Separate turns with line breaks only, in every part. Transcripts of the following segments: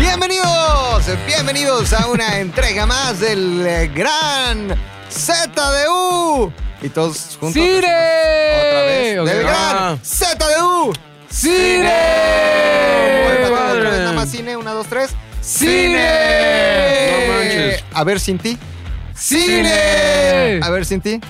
Bienvenidos, bienvenidos a una entrega más del eh, gran ZDU. Y todos juntos.
¡Cire!
Otra vez.
Ok.
Del
Ah.
gran ZDU. Voy
¡Cine!
para todos, otra vez, nada más cine, una, dos, tres.
¡Cine! No manches.
A ver sin ti.
¡Cine!
A ver sin ti.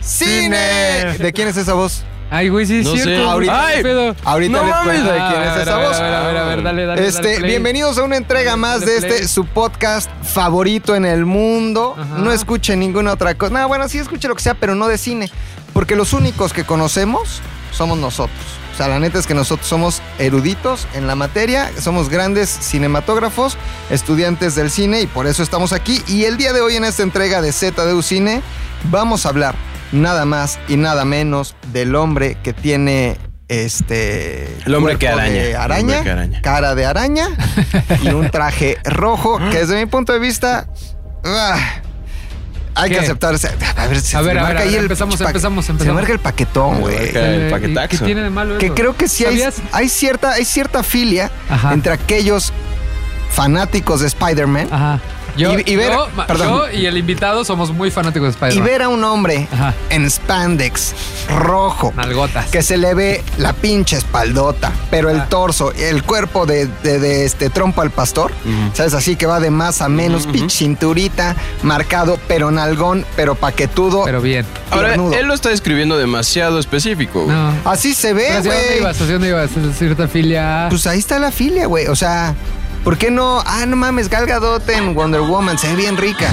¡Cine!
¿De quién es esa voz?
Ay, güey, sí es
No sé.
cierto.
Ahorita-
Ay, pedo.
ahorita
no
les
mames.
cuento de
Ah,
quién es
a ver,
esa
a ver,
voz.
A ver, a ver, a ver, dale, dale. dale,
Este,
play.
bienvenidos a una entrega más
Dale
de
play.
este su podcast favorito en el mundo.
Ajá.
No escuche ninguna otra cosa. No, bueno, sí escuche lo que sea, pero no de cine, porque los únicos que conocemos somos nosotros. O sea, la neta es que nosotros somos eruditos en la materia, somos grandes cinematógrafos, estudiantes del cine y por eso estamos aquí. Y el día de hoy en esta entrega de ZDU Cine vamos a hablar nada más y nada menos del hombre que tiene este
El hombre que
cuerpo
araña.
de
El
araña,
hombre que araña.
cara de araña y un traje rojo que desde mi punto de vista ah, hay que
¿Qué?
aceptarse. A ver, se
A
se
ver, a
marca
ver, a
ahí
ver,
el
empezamos,
pinche pa-
empezamos,
Se
empezamos.
marca el paquetón, güey.
marca el
Eh,
paquetaxo.
¿Qué tiene de malo
Que
eso?
creo que sí hay,
¿Sabías?
hay cierta, hay cierta filia
Ajá.
entre aquellos fanáticos de Spider-Man
Ajá. Yo,
Y- y ver-
yo, ma-
perdón.
yo y el invitado somos muy fanáticos de
y
Spider-Man.
ver a un hombre
Ajá.
en spandex rojo.
Nalgotas.
que se le ve la pinche espaldota, pero el
Ah.
torso, el cuerpo de, de- de este trompo al pastor, ¿sabes? Así que va de más a menos, pinche cinturita, marcado, pero nalgón, pero paquetudo.
Pero bien.
Ahora,
Piernudo.
él lo está describiendo demasiado específico. güey.
No.
Así se ve,
¿Hacia dónde
Eh, güey.
ibas? ¿Hacia dónde ibas? Es cierta filia.
Pues ahí está la filia, güey. O sea, ¿por qué no? Ah, no mames, Gal Gadot en Wonder Woman, se ve bien rica.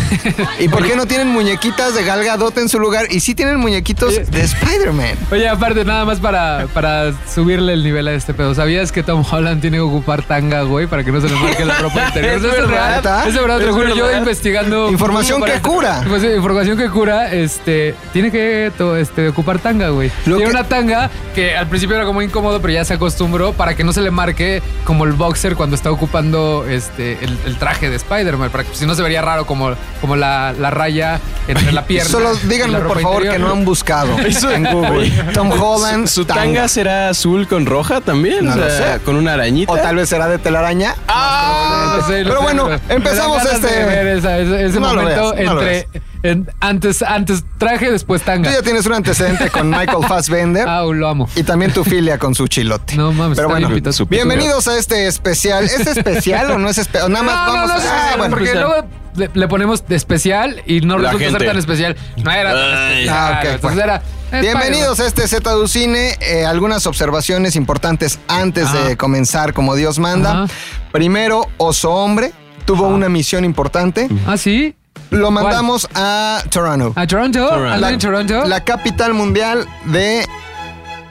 ¿Y por qué no tienen muñequitas de Gal Gadot en su lugar? Y sí tienen muñequitos de Spider-Man.
Oye, aparte, nada más para, para subirle el nivel a este pedo. ¿Sabías que Tom Holland tiene que ocupar tanga, güey, para que no se le marque la ropa interior?
Es
Eso es
verdad.
real. Es verdad, te lo
Es
juro. Yo
verdad.
investigando.
Información
para
que
este-
cura.
Pues, eh, información que cura, este, tiene que to- este, ocupar tanga, güey.
Lo
Tiene
que-
una tanga que al principio era como incómodo, pero ya se acostumbró para que no se le marque como el boxer cuando está ocupando este, el, el traje de Spider-Man. Para que si no se vería raro como, como la, la raya entre la pierna.
Solo
y
díganme
la
por
ropa
favor que
interior.
no han buscado en Google. Tom Holland,
¿Su, su tanga.
tanga.
será azul con roja también?
No
o
lo
sea,
sé.
con una arañita.
O tal vez será de telaraña.
No
¡Ah!
sé, no
Pero
sé,
bueno,
no sé.
empezamos
Me dan ganas
este-
de ver esa- ese ese
No lo
momento
veas, no lo
entre. en- antes, antes traje, después
Tú
tanga.
ya tienes un antecedente con Michael Fassbender
Ah, lo amo.
y también tu filia con su chilote.
No pues, mames,
Pero
está
bueno,
bien pitoso.
su-
bienvenidos a este especial. ¿Es especial o no es especial? Nada más
No, no,
vamos
no, es
a.
especial,
Ah, bueno,
porque
especial.
luego le, le ponemos de especial y no
La
resulta ser
gente.
tan especial. No era tan
Ay.
especial.
Ah, ok,
entonces
bueno.
era, eh,
Bienvenidos a este ZDU Cine. Eh, algunas observaciones importantes antes de
Ajá.
comenzar, como Dios manda.
Ah. Ajá.
Primero, Oso Hombre tuvo una misión importante.
Spider-Man. Ah, sí.
Lo
¿Cuál?
mandamos a Toronto.
A Toronto.
Toronto.
¿Andan en Toronto.
La capital mundial de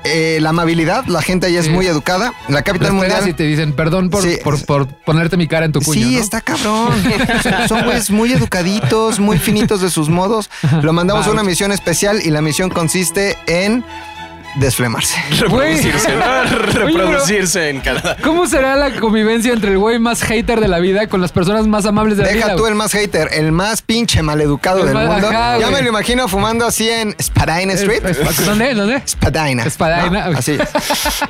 eh, la amabilidad. La gente allá es
Sí.
muy educada. La
Las
capital
pegas
mundial.
y te dicen perdón por,
Sí.
por, por ponerte mi cara en tu puño.
sí,
¿no?
está cabrón. Son- Son güeyes muy educaditos, muy finitos de sus modos. Lo mandamos a
Wow.
una misión especial y la misión consiste en desflemarse.
Reproducirse, ¿no? Reproducirse en Canadá.
¿Cómo será la convivencia entre el güey más hater de la vida con las personas más amables de la vida?
Deja tú
güey?
el más hater, el más pinche maleducado
El
del
más-
mundo.
ajá,
ya
güey.
me lo imagino fumando así en Spadina Street.
Eh, ¿Dónde? ¿Dónde?
Spadina.
Spadina,
¿no?
ok.
Así.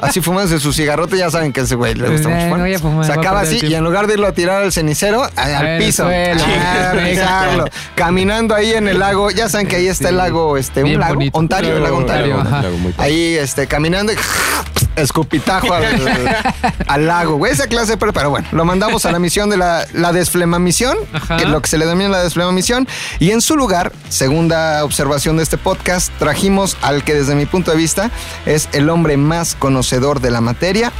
Así fumándose su cigarrote, ya saben que ese güey le
Pues,
gusta mucho
eh,
fumar.
no voy a fumar,
Se
voy a
acaba
perder
así
el tiempo.
y en lugar de irlo a tirar al cenicero, a- al
Al
piso.
suelo.
A regarlo. Caminando ahí en el lago. Ya saben que ahí está el lago, este, un
Bien
lago.
bonito.
Ontario, el lago Ontario.
Ontario, ajá.
muy
Ahí,
padre.
este, caminando y escupitajo al, al lago, güey. Esa clase, pero, pero bueno, lo mandamos a la misión de la, la desflemamisión,
Ajá.
que es lo que se le denomina la desflemamisión. Y en su lugar, segunda observación de este podcast, trajimos al que desde mi punto de vista es el hombre más conocedor de la materia,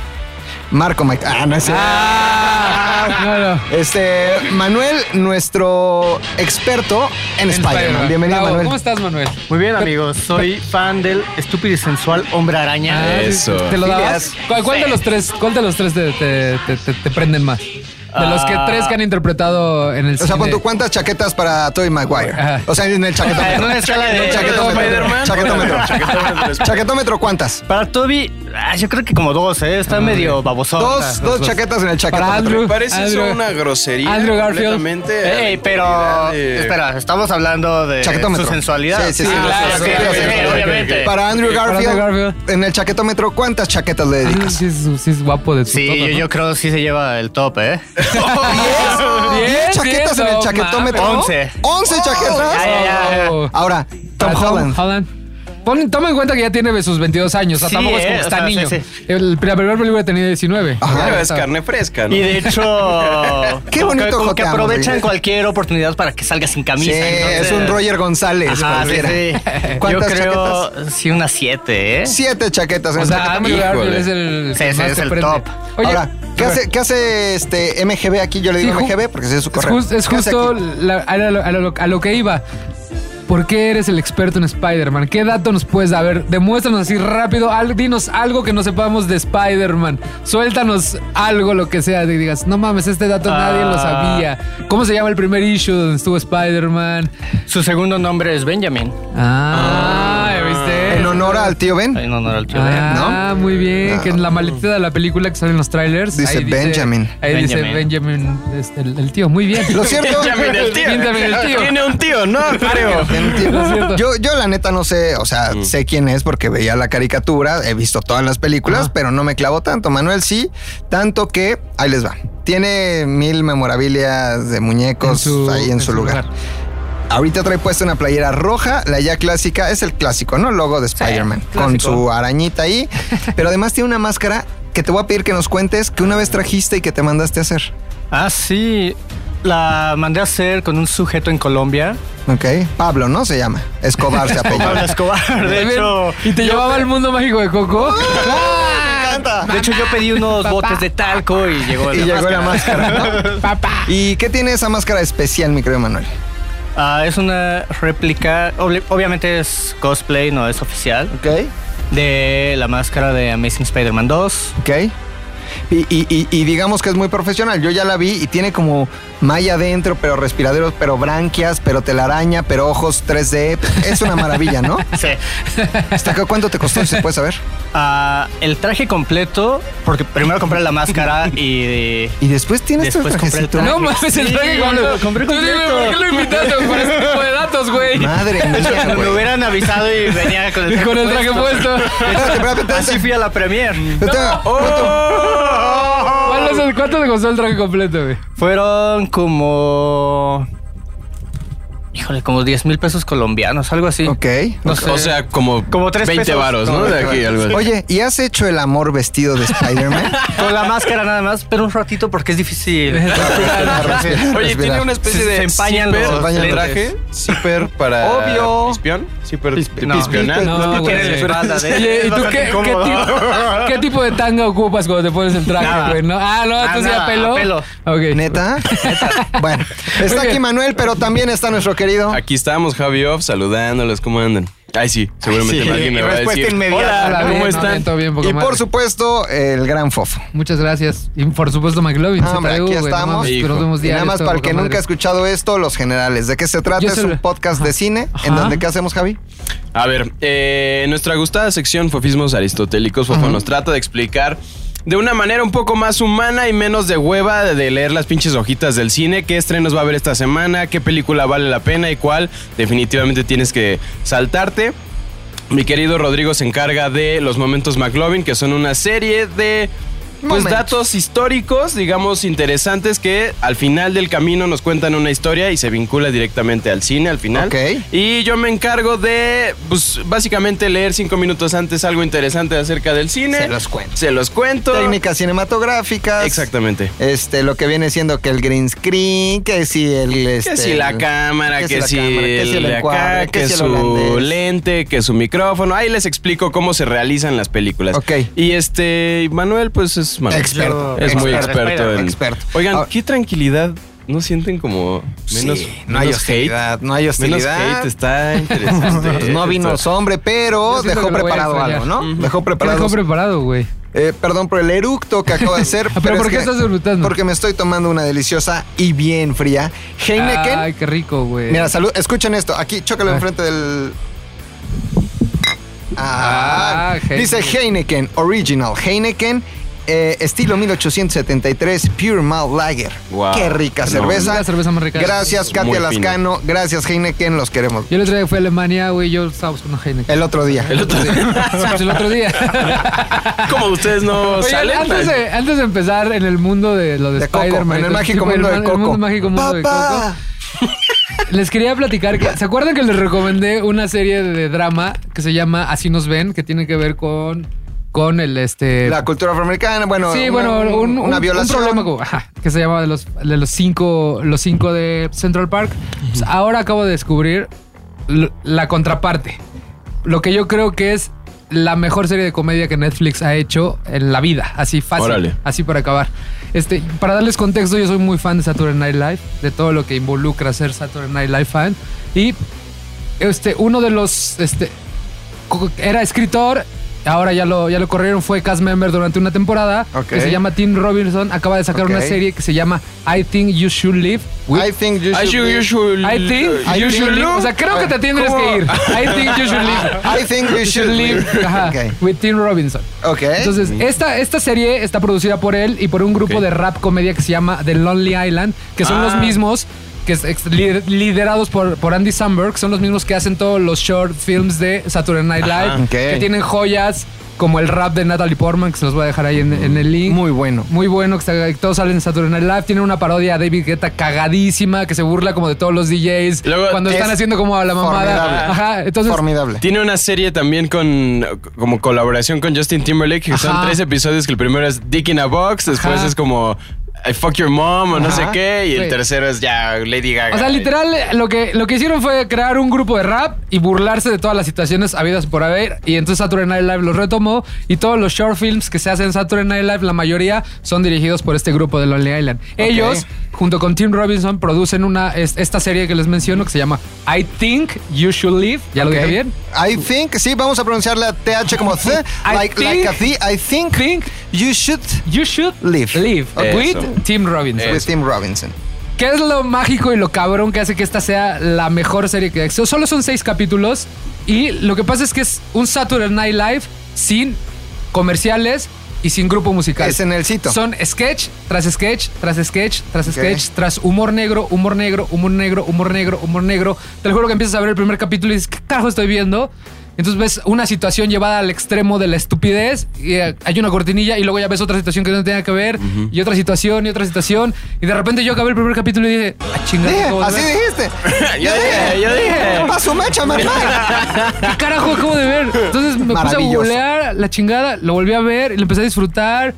Marco Mike. Ah, no es cierto.
Ah, no, no.
Este, Manuel, nuestro experto en, Spider-Man.
Spider-Man.
Bienvenido,
Bravo.
Manuel.
¿Cómo estás, Manuel?
Muy bien, amigos. Soy fan del estúpido y sensual hombre araña.
Ah,
Eso.
¿Te lo dabas?
Filias.
¿Cuál, cuál de los tres, cuál de los tres te, te- te- te- te prenden más? De los que
Ah.
tres que han interpretado en el
O sea, pon
cine.
tú, ¿cuántas chaquetas para Tobey Maguire?
Ajá.
O sea, en el
Ah, En
chaquetómetro.
una escala de.
Chaquetómetro.
Spider-Man.
Chaquetómetro.
Chaquetómetro.
Chaquetómetro, ¿cuántas?
Para Toby, ah, yo creo que como dos, ¿eh? Está medio babosón.
Dos, dos chaquetas en el
Para
chaquetómetro.
Andrew.
Parece eso
Andrew-
una grosería.
Andrew Garfield.
completamente a la
Ey, pero.
calidad de-
Espera, estamos hablando de
Chaquetómetro.
su sensualidad.
Sí, sí, sí.
Ah,
claro,
ok,
sí,
ok,
sí, sí,
obviamente.
Para Andrew
Para
Garfield,
Andrew Garfield.
en el chaquetómetro, ¿cuántas chaquetas le
Ah,
dedicas?
sí, es, sí es guapo de su
Sí,
todo,
yo,
¿no?
yo creo que sí se lleva el top, ¿eh?
¿Diez?
Diez,
¿Diez chaquetas
diez,
en el
no
chaquetómetro?
mames.
¿Once
Once.
chaquetas?
Ya, ya, ya, ya.
Oh.
Ahora, Ah, Tom
Para
Holland.
Pon- toma en cuenta que ya tiene sus 22 años. O sea,
Sí,
tampoco es como
eh,
que está
o sea,
niño.
sí,
El, la primera película tenía 19.
Ajá.
Ya
Pero es
está.
carne fresca, ¿no?
Y de hecho,
Qué
como que-
bonito
como que
joteamos,
aprovechan
güey.
cualquier oportunidad para que salga sin
Sí,
camisa. entonces-
es un Roger González.
Ajá, sí,
cualquiera.
sí. Yo
¿Cuántas
creo,
chaquetas?
sí, unas siete, ¿eh?
Siete chaquetas. en
O
el
sea, Andrew
chaquetómetro.
Garfield
Híjole.
es el.
Sí,
que
ese
más
es
te
el
prende.
top.
Oye,
Ahora, ¿qué hace, qué hace este MGB aquí? Yo le
Sí,
digo
ju-
MGB porque ese es su correo.
Es, jus- es
¿Qué hace
justo
aquí?
la- a, lo, a lo- a lo que iba. ¿Por qué eres el experto en Spider-Man? ¿Qué dato nos puedes dar? A ver, demuéstranos así rápido. al- dinos algo que no sepamos de Spider-Man. Suéltanos algo, lo que sea. Que digas, no mames, este dato nadie lo
Ah.
sabía. ¿Cómo se llama el primer issue donde estuvo Spider-Man?
Su segundo nombre es Benjamin.
Ah, ¿ya ¿viste?
En honor al tío Ben.
En honor al tío Ben.
Ah, muy bien.
No.
Que en la maletita de la película que salen los trailers.
Dice Benjamin.
Ahí dice Benjamin, este, el, el tío. Muy bien.
Lo cierto.
Benjamin el tío.
Benjamin el tío.
Tiene un tío, ¿no? Creo.
Bien, tío.
Lo siento.
Yo, yo la neta no sé, o sea, sé quién es porque veía la caricatura, he visto todas las películas, pero no me clavo tanto. Manuel sí, tanto que ahí les va. Tiene mil memorabilias de muñecos ahí en, su lugar. Ahorita trae puesta una playera roja, la ya clásica, es el clásico, ¿no? Logo de Spider-Man, con
clásico.
su arañita ahí, pero además tiene una máscara que te voy a pedir que nos cuentes que una vez trajiste y que te mandaste a hacer.
Ah, sí. La mandé a hacer con un sujeto en Colombia.
Ok, Pablo, ¿no? Se llama. Escobar se
Pablo
apellida.
Escobar. De
Muy
hecho,
bien. ¿Y te llevaba al mundo mágico de Coco? ¡Ah!
de hecho, yo pedí unos botes de talco y llegó
y
la
llegó la
máscara.
máscara, ¿no?
Papá.
¿Y qué tiene esa máscara especial, mi querido Manuel?
Ah, es una réplica. obli- Obviamente es cosplay, no es oficial.
Ok.
De la máscara de Amazing Spider-Man 2.
Ok. Y, y- y- y digamos que es muy profesional. Yo ya la vi y tiene como malla adentro, pero respiraderos, pero branquias, pero telaraña, pero ojos 3D. Es una maravilla, ¿no?
Sí.
¿Hasta acá cuánto te costó? ¿Se puede saber?
Ah, el traje completo, porque primero compré la máscara y.
Y después tienes todo el
Después compré el
trajecito.
traje.
No mames, el
Sí,
traje
lo
completo.
compré
Tú dime,
completo.
¿Por qué lo invitaste para este tipo de datos, güey?
Madre mía,
me
güey.
hubieran avisado y venía con el traje,
Con el traje puesto.
Espérate, espérate,
Así
espérate.
fui a la premier.
Yo tengo-
¡Oh!
¿Cuál es el- ¿Cuánto te costó el traje completo, güey?
Fueron como. Híjole, como 10 mil pesos colombianos, algo así.
Ok.
No sé.
O sea, como,
Como tres
20
pesos.
varos, ¿no? De aquí, algo así.
Oye, ¿y has hecho el amor vestido de Spider-Man?
con la máscara nada más, pero un ratito porque es difícil.
Oye, tiene
Respirar.
una especie
Se-
de
se empañan
zipper,
los
el
lentes.
traje, zipper para
Obvio.
espión, zipper
Pispe- no.
pispionar.
No,
tú
güey.
tienes la espalda de-
Oye, ¿y tú qué,
es
qué
bastante incómodo.
tipo, qué tipo de tanga ocupas cuando te pones el traje,
Ah. Nada.
güey? ¿No? Ah, no,
Ah,
entonces ya
nada,
pelo.
a pelo.
Ok.
¿Neta? Bueno,
Muy
está aquí
bien.
Manuel, pero también está nuestro querido.
Aquí estamos, Javi Off, saludándolos, ¿cómo andan? Ay, sí, seguramente
Sí,
alguien me va a
respuesta
decir.
inmediata.
Hola,
¿Cómo
Ah, bien, no,
están?
bien, todo bien, poca
Y
madre.
por supuesto, el gran fofo.
Muchas gracias. Y por supuesto, McLovin.
Ah, hombre,
CTU,
aquí
güey, no
estamos.
mames,
Hijo.
pero nos vemos
Y nada
diario,
más
todo
para el
poca
que
madre.
nunca ha escuchado esto, Los Generales. ¿De qué se trata?
Yo
Es
se
un
lo-
podcast de cine
Ajá.
en donde ¿qué hacemos, Javi?
A ver, eh, nuestra gustada sección Fofismos Aristotélicos, Fofo nos trata de explicar de una manera un poco más humana y menos de hueva de leer las pinches hojitas del cine, qué estrenos va a haber esta semana, qué película vale la pena y cuál definitivamente tienes que saltarte. Mi querido Rodrigo se encarga de los momentos McLovin, que son una serie de pues,
Momentos.
datos históricos, digamos, interesantes que al final del camino nos cuentan una historia y se vincula directamente al cine al final.
Ok.
Y yo me encargo de, pues, básicamente leer cinco minutos antes algo interesante acerca del cine.
Se los cuento.
Se los cuento.
Técnicas cinematográficas.
Exactamente.
Este, lo que viene siendo que el green screen, que si el.
Que
este,
si la cámara, que,
la
si,
cámara, que si
el de acá,
encuadre,
que,
si el
su
holandés.
lente, que su micrófono. Ahí les explico cómo se realizan las películas.
Ok.
Y este, Manuel, pues es Manuel.
Experto.
Es muy
Experto.
experto. en-
Experto.
Oigan,
Ahora-
qué tranquilidad. ¿No sienten como menos,
Sí, no hay
menos hate?
hostilidad. No hay
Menos
hostilidad.
hate, este, está interesante.
Pues no vino
Está-
hombre, pero
Yo siento
dejó
que lo voy a
preparado
extrañar.
algo, ¿no?
Ujú.
Dejó
¿Qué
preparado.
dejó preparado, güey?
Eh, perdón por el eructo que acabo de hacer.
¿Pero por
es
qué
que-
estás eructando?
Porque me estoy tomando una deliciosa y bien fría Heineken.
Ay, qué rico, güey.
Mira, salud. Escuchen esto. Aquí, chócalo
Ay.
enfrente del. Ah,
Ah, Heineken.
dice Heineken Original. Heineken eh, estilo 1873 Pure Malt Lager.
Guau.
Qué rica
No,
cerveza.
la cerveza más rica.
Gracias,
Es
Katia
muy fina.
Lascano. Gracias, Heineken. Los queremos.
Yo el otro día fui a Alemania, güey, yo estaba buscando Heineken.
El otro día.
El otro día.
Pues el otro día.
Como ustedes no
Oigan,
salen.
antes, de, antes de empezar en el mundo de lo de,
De Coco,
Spider-Man,
en el
todo este
mágico
tipo,
mundo de
el mundo
Coco.
mágico mundo de
Papá.
Coco, les quería platicar que se acuerdan que les recomendé una serie de drama que se llama Así nos ven, que tiene que ver con con el este
La cultura afroamericana, bueno,
sí,
una-
bueno, un, un-
una violación.
un problema como- ajá, que se llama de los, de los cinco, los cinco de Central Park. Pues ahora acabo de descubrir l- la contraparte. Lo que yo creo que es la mejor serie de comedia que Netflix ha hecho en la vida. Así fácil.
Órale.
Así para acabar. Este, para darles contexto, yo soy muy fan de Saturday Night Live, de todo lo que involucra ser Saturday Night Live fan. Y este, uno de los. Este, co- era escritor. Ahora ya lo, ya lo corrieron, fue cast member durante una temporada
Ok.
que se llama Tim Robinson. Acaba de sacar
Ok.
una serie que se llama I Think You Should Live. with-
I think you should
I should- you
be-
should-
I think
I
you
think-
should live. O sea, creo que te tienes
¿Cómo?
que ir. I think you should live.
Ah, I think you
You should live. Ajá,
Ok.
With Tim Robinson.
Ok.
Entonces, esta, esta serie está producida por él y por un grupo
Ok.
de rap comedia que se llama The Lonely Island, que son
Ah.
los mismos que es ex- lider- liderados por, por Andy Samberg, son los mismos que hacen todos los short films de Saturday Night Live,
Ajá.
Ok.
que tienen joyas como el rap de Natalie Portman, que se los voy a dejar ahí en, en el link.
muy bueno.
Muy bueno, que está- que todos salen en Saturday Night Live. Tiene una parodia a David Guetta cagadísima, que se burla como de todos los DJs.
Luego,
cuando
es
están haciendo como a la mamada.
formidable.
Ajá, entonces,
Formidable.
Tiene una serie también con como colaboración con Justin Timberlake, que son
Ajá.
tres episodios que el primero es Dick in a Box, después
Ajá.
es como I fuck your mom o no
Ajá.
sé qué, y el
Sí.
tercero es ya Lady Gaga.
O sea, literal, lo que, lo que hicieron fue crear un grupo de rap y burlarse de todas las situaciones habidas por haber. Y entonces Saturday Night Live los retomó. Y todos los short films que se hacen en Saturday Night Live, la mayoría son dirigidos por este grupo de Lonely Island. Ellos, junto con Tim Robinson, producen una, es- esta serie que les menciono que se llama I Think You Should Live. ¿Ya lo
Ok.
dije bien?
I think, sí, vamos a pronunciar la TH como C,
I
like, like a
think-
C. I think
Think
you should
You Should
Live.
Live
Eso.
with Tim Robinson.
with Tim Robinson.
¿Qué es lo mágico y lo cabrón que hace que esta sea la mejor serie que existe? Solo son seis capítulos y lo que pasa es que es un Saturday Night Live sin comerciales y sin grupo musical.
Es en el sitio.
Son sketch tras sketch, tras sketch, tras
Ok.
sketch, tras humor negro, humor negro, humor negro, humor negro, humor negro. Te lo juro que empiezas a ver el primer capítulo y dices, ¿qué carajo estoy viendo? Entonces ves una situación llevada al extremo de la estupidez y eh, hay una cortinilla y luego ya ves otra situación que no tenía que ver y otra situación y otra situación y de repente yo acabé el primer capítulo y dije, ¡ah, chingada!
Dije,
acabo de
así
ver".
dijiste.
Yo dije, yo dije.
Paso mecha, marmar.
¿Qué carajo acabo de ver? Entonces me puse a
Maravilloso.
googlear la chingada, lo volví a ver y lo empecé a disfrutar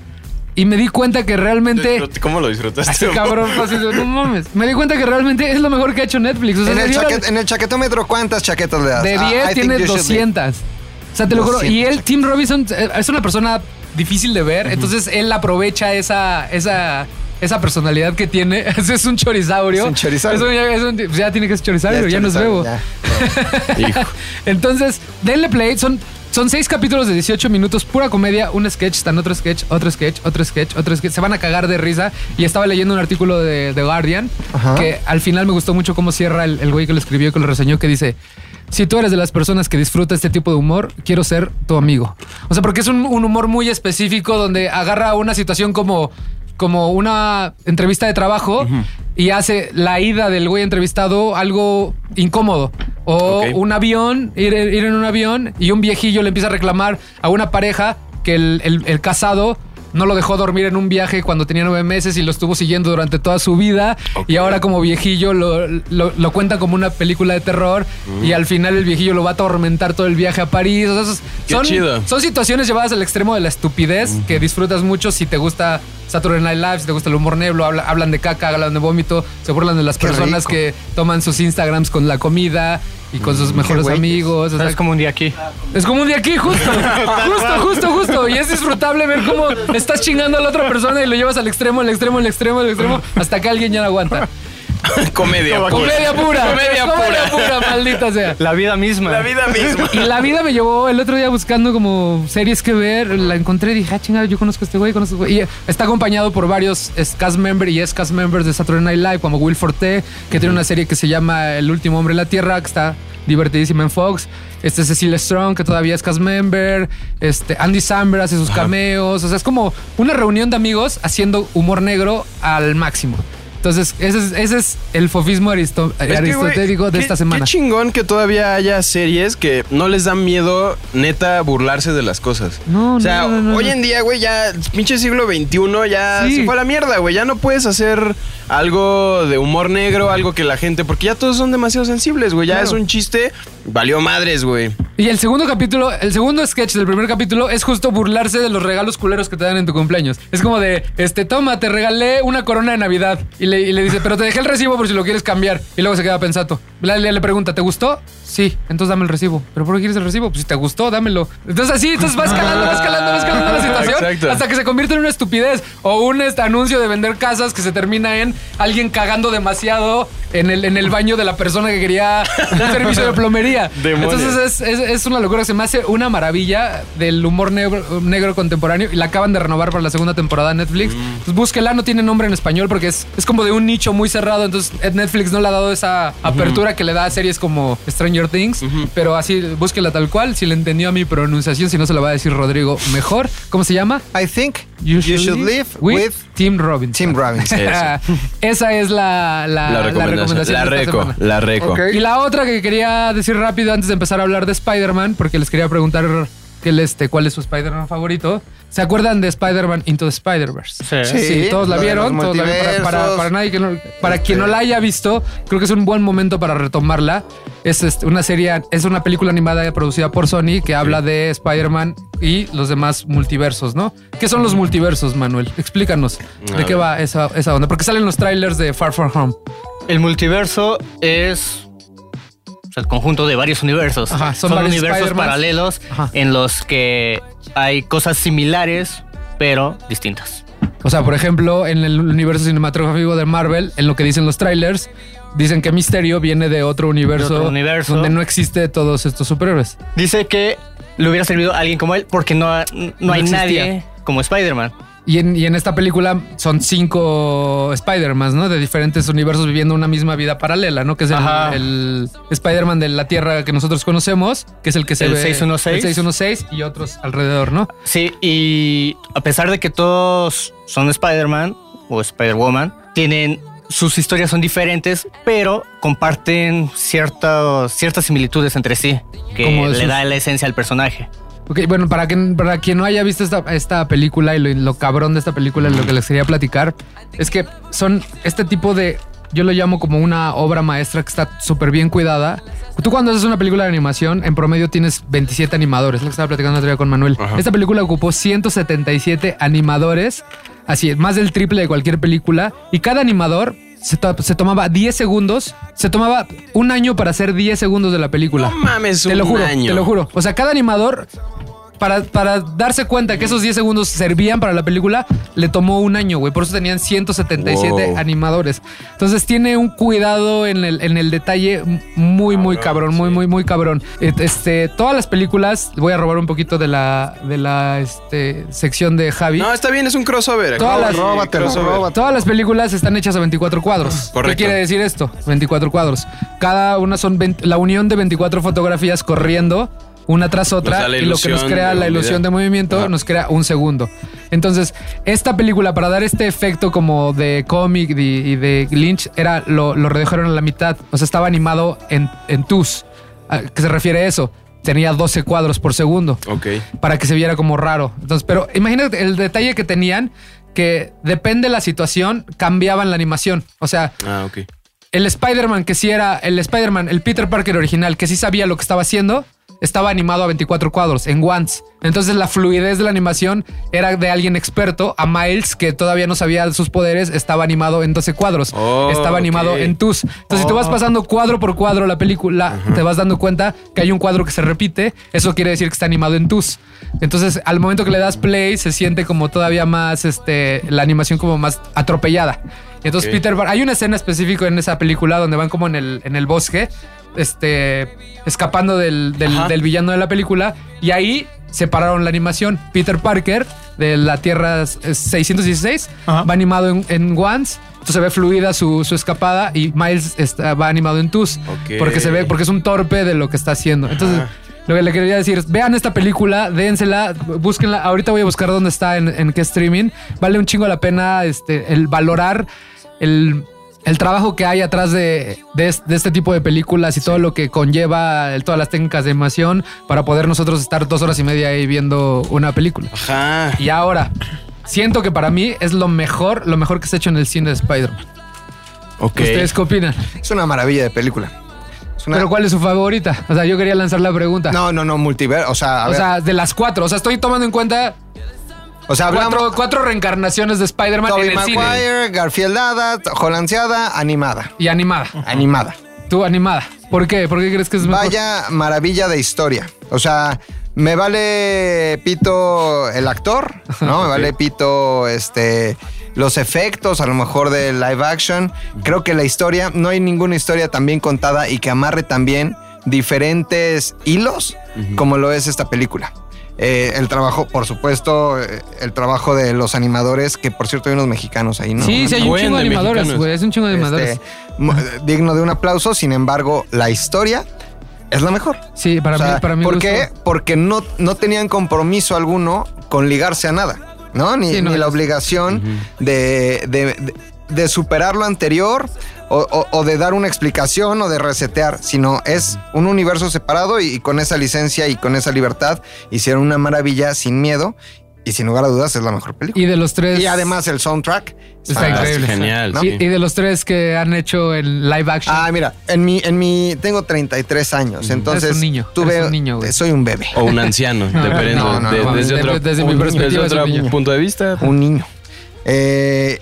y me di cuenta que realmente...
¿Cómo lo disfrutaste?
Así cabrón, fue así de, no mames. Me di cuenta que realmente es lo mejor que ha hecho Netflix. O sea,
En
le
el,
dio la-
chaquet- en el chaquetómetro, ¿cuántas chaquetas le das?
de
Ah,
10
I think
tiene
you should live.
200. O sea, te lo juro. Y
200.
él, Tim Robinson, eh, es una persona difícil de ver. Entonces él aprovecha esa, esa, esa personalidad que tiene. Es un chorizaurio.
Es un chorizaurio.
Es un- ya- es un- pues ya tiene que ser chorizaurio, ya,
es
nos
chorizaurio,
vemos.
ya.
pues.
Hijo.
Entonces, denle play. Son, son seis capítulos de 18 minutos, pura comedia, un sketch, tan otro sketch, otro sketch, otro sketch, otro sketch. Se van a cagar de risa. Y estaba leyendo un artículo de The Guardian
Ajá.
que al final me gustó mucho cómo cierra el, el güey que lo escribió y que lo reseñó, que dice. Si tú eres de las personas que disfruta este tipo de humor, quiero ser tu amigo. O sea, porque es un, un humor muy específico donde agarra una situación como, como una entrevista de trabajo y hace la ida del güey entrevistado algo incómodo. O
Ok.
un avión, ir, ir en un avión y un viejillo le empieza a reclamar a una pareja que el, el- el casado no lo dejó dormir en un viaje cuando tenía nueve meses y lo estuvo siguiendo durante toda su vida y ahora como viejillo lo, lo, lo cuentan como una película de terror y al final el viejillo lo va a atormentar todo el viaje a París. O sea, esos-
Qué
son,
chido.
son situaciones llevadas al extremo de la estupidez que disfrutas mucho si te gusta Saturday Night Live, si te gusta el humor negro, habla- hablan de caca, hablan de vómito, se burlan de las
Qué
personas
rico.
que toman sus Instagrams con la comida y con sus mejores
güeyes.
amigos. o sea,
Es como un día aquí.
es como un día aquí, justo. Justo, justo, justo. Y es disfrutable ver cómo estás chingando a la otra persona y lo llevas al extremo, al extremo, al extremo, al extremo, hasta que alguien ya no aguanta.
Comedia pura.
Comedia pura.
Comedia
Comedia
pura.
pura, maldita sea.
La vida misma.
La vida misma.
Y la vida me llevó el otro día buscando como series que ver. La encontré y dije, ah, chingada, yo conozco a este güey, conozco a este güey. Y está acompañado por varios es- cast members y ex cast members de Saturday Night Live, como Will Forte, que tiene una serie que se llama El último hombre en la tierra, que está divertidísima en Fox. Este Cecil Strong, que todavía es cast member. Este Andy Samberg hace sus cameos. O sea, es como una reunión de amigos haciendo humor negro al máximo. Entonces, ese es, ese es el fofismo aristo-
Es que, güey,
aristotélico de
qué-
esta semana.
Qué chingón que todavía haya series que no les dan miedo, neta, burlarse de las cosas.
No,
O sea,
no, no, no,
hoy
no.
en día, güey, ya, pinche siglo XXI, ya
Sí.
se fue a la mierda, güey. Ya no puedes hacer algo de humor negro, algo que la gente. Porque ya todos son demasiado sensibles, güey. Ya
Claro.
es un chiste, valió madres, güey.
Y el segundo capítulo, el segundo sketch del primer capítulo es justo burlarse de los regalos culeros que te dan en tu cumpleaños. Es como de, este, toma, te regalé una corona de Navidad. Y le, y le dice, pero te dejé el recibo por si lo quieres cambiar. Y luego se queda pensando. Le, le- le pregunta, ¿te gustó? Sí, entonces dame el recibo. ¿Pero por qué quieres el recibo? Pues si te gustó, dámelo. Entonces así, entonces vas escalando, vas escalando, vas escalando la situación.
Exacto.
Hasta que se convierte en una estupidez. O un este, anuncio de vender casas que se termina en alguien cagando demasiado en el, en el baño de la persona que quería un servicio de plomería.
Demonios.
Entonces es, es- es una locura, se me hace una maravilla del humor negro, negro contemporáneo y la acaban de renovar para la segunda temporada de Netflix. Entonces, búsquela, no tiene nombre en español porque es, es como de un nicho muy cerrado, entonces eh, Netflix no le ha dado esa apertura que le da a series como Stranger Things, pero así búsquela tal cual, si le entendió a mi pronunciación, si no se la va a decir Rodrigo mejor. ¿Cómo se llama?
I think you should, live with
Tim Robbins.
Tim Robbins.
Eso.
esa es la, la,
la
Ah, la
recomendación.
recomendación.
La,
de esta
reco,
semana.
la reco.
Ok.
Y la otra que quería decir rápido antes de empezar a hablar de Spider-Man, porque les quería preguntar que el, este, cuál es su Spider-Man favorito. ¿Se acuerdan de Spider-Man Into the Spider-Verse?
Sí.
Sí.
todos la
lo de
vieron.
los
todos la vieron. Para- Para,
multiversos.
para nadie que no- para
Este-
quien no la haya visto, creo que es un buen momento para retomarla. Es este, una serie, es una película animada producida por Sony que habla de Spider-Man y los demás multiversos, ¿no? ¿Qué son los multiversos, Manuel? Explícanos
A
de qué
ver.
va esa, esa onda. Porque salen los trailers de Far From Home.
El multiverso es o sea, el conjunto de varios universos.
Ajá, son
son
varios
universos
Spider-Mans.
paralelos
Ajá.
en los que hay cosas similares, pero distintas.
O sea, por ejemplo, en el universo cinematográfico de Marvel, en lo que dicen los trailers, dicen que Misterio viene de otro universo,
De otro universo.
donde no existe todos estos superhéroes.
Dice que le hubiera servido a alguien como él porque no, ha- no,
No
hay
existía.
nadie como Spider-Man.
Y en, y en esta película son cinco Spider-Mans, ¿no? De diferentes universos viviendo una misma vida paralela, ¿no? Que es el,
Ajá.
el Spider-Man de la Tierra que nosotros conocemos, que es el que se
El
ve.
616.
El 616 y otros alrededor, ¿no?
Sí, y a pesar de que todos son Spider-Man o Spider-Woman, tienen sus historias son diferentes, pero comparten ciertas ciertas similitudes entre sí, que
Como
le
esos-
da la esencia al personaje.
Ok, bueno, para quien, para quien no haya visto esta, esta película y lo, lo cabrón de esta película, lo que les quería platicar, es que son este tipo de, yo lo llamo como una obra maestra que está súper bien cuidada. Tú cuando haces una película de animación, en promedio tienes 27 animadores, es lo que estaba platicando el otro día con Manuel. Esta película ocupó 177 animadores, así, es, más del triple de cualquier película, y cada animador... Se, to- se tomaba 10 segundos, se tomaba un año para hacer 10 segundos de la película.
No mames,
Te lo
un
juro,
año.
te lo juro. O sea, cada animador, para, para darse cuenta que esos 10 segundos servían para la película, le tomó un año, güey. Por eso tenían 177
Wow.
animadores. Entonces tiene un cuidado en el, en el detalle muy, muy
Cabrón,
cabrón, muy,
sí.
muy, muy cabrón. Et- Este, todas las películas, voy a robar un poquito de la, de la este, sección de Javi.
No, está bien, es un crossover.
Todas las-
Róbatelo, róbatelo.
Todas las películas están hechas a 24 cuadros.
Correcto.
¿Qué quiere decir esto? 24 cuadros. Cada una son 20 la unión de 24 fotografías corriendo una tras
Nos
otra
da la
y lo que nos
ilusión
crea
de
la
un
ilusión de
video.
movimiento
Ajá.
nos crea un segundo. Entonces, esta película para dar este efecto como de cómic de- y de Lynch era lo, lo redujeron a la mitad, o sea, estaba animado en, en tus. ¿A qué se refiere eso? Tenía 12 cuadros por segundo
Ok.
para que se viera como raro. Entonces, pero imagínate el detalle que tenían que depende de la situación, cambiaban la animación. O sea,
Ah, ok.
el Spider-Man que sí era el Spider-Man, el Peter Parker original, que sí sabía lo que estaba haciendo, estaba animado a 24 cuadros en once. Entonces la fluidez de la animación era de alguien experto a Miles que todavía no sabía sus poderes, estaba animado en 12 cuadros,
Oh,
estaba animado
ok.
en tus. Entonces si tú vas pasando cuadro por cuadro la película, te vas dando cuenta que hay un cuadro que se repite, eso quiere decir que está animado en tus. Entonces al momento que le das play se siente como todavía más este la animación como más atropellada. Y Entonces
Ok.
Peter Pan- hay una escena específica en esa película donde van como en el, en el bosque, este, escapando del, del-
Ajá.
del villano de la película, y ahí separaron la animación. Peter Parker de la Tierra eh, 616
Ajá.
va animado en, en Once, entonces se ve fluida su, su escapada y Miles está- va animado en Tus,
Ok.
porque se ve, porque es un torpe de lo que está haciendo. Entonces, lo que le quería decir es, vean esta película, dénsela, búsquenla. Ahorita voy a buscar dónde está, en, en qué streaming. Vale un chingo la pena este, el valorar el, el trabajo que hay atrás de, de es- de este tipo de películas y todo lo que conlleva el- todas las técnicas de animación para poder nosotros estar dos horas y media ahí viendo una película.
Ajá.
Y ahora, siento que para mí es lo mejor, lo mejor que se ha hecho en el cine de Spider-Man.
Ok.
¿Ustedes qué opinan?
Es una maravilla de película. Es una-
¿Pero cuál es su favorita? O sea, yo quería lanzar la pregunta.
No, no, no, multiverso. O sea, a
o
ver,
sea, de las cuatro. O sea, estoy tomando en cuenta
o sea, hablamos.
cuatro, cuatro reencarnaciones de Spider-Man en
Tobey
el cine.
Maguire, Garfieldada, holandeada, animada.
Y animada.
Animada.
Tú, animada. ¿Por qué? ¿Por qué crees que es mejor?
Vaya maravilla de historia. O sea, me vale pito el actor, ¿no? Me vale pito este los efectos, a lo mejor de live action. Creo que la historia, no hay ninguna historia tan bien contada y que amarre también diferentes hilos como lo es esta película. Eh, el trabajo, por supuesto, eh, el trabajo de los animadores, que por cierto hay unos mexicanos ahí, ¿no?
Sí, sí, hay un
Buen
chingo de
de
animadores,
mexicanos.
güey. Es un chingo de animadores.
Este, mo- digno de un aplauso. Sin embargo, la historia es la mejor.
sí, para
O sea,
mí, para mí.
¿Por
gusto.
qué? Porque no, no tenían compromiso alguno con ligarse a nada, ¿no? Ni,
Sí, no,
ni la
es-
obligación de, de- de- de superar lo anterior o, o- o de dar una explicación o de resetear, sino es un universo separado y, y con esa licencia y con esa libertad hicieron una maravilla sin miedo y sin lugar a dudas es la mejor película.
Y de los tres.
Y, además el soundtrack es
Está
fantástico.
increíble.
Ah, Genial.
¿No?
Y,
sí.
y de los tres que han hecho el live action.
Ah, mira, en mi, en mi, tengo 33 años, entonces
Eres un niño,
tuve- eh,
eres un niño, güey.
soy un bebé,
O un anciano, dependiendo.
no, no,
de-
no,
desde,
de-
otro,
desde mi
un-
perspectiva es un
otro
niño.
punto de vista.
un niño. Eh,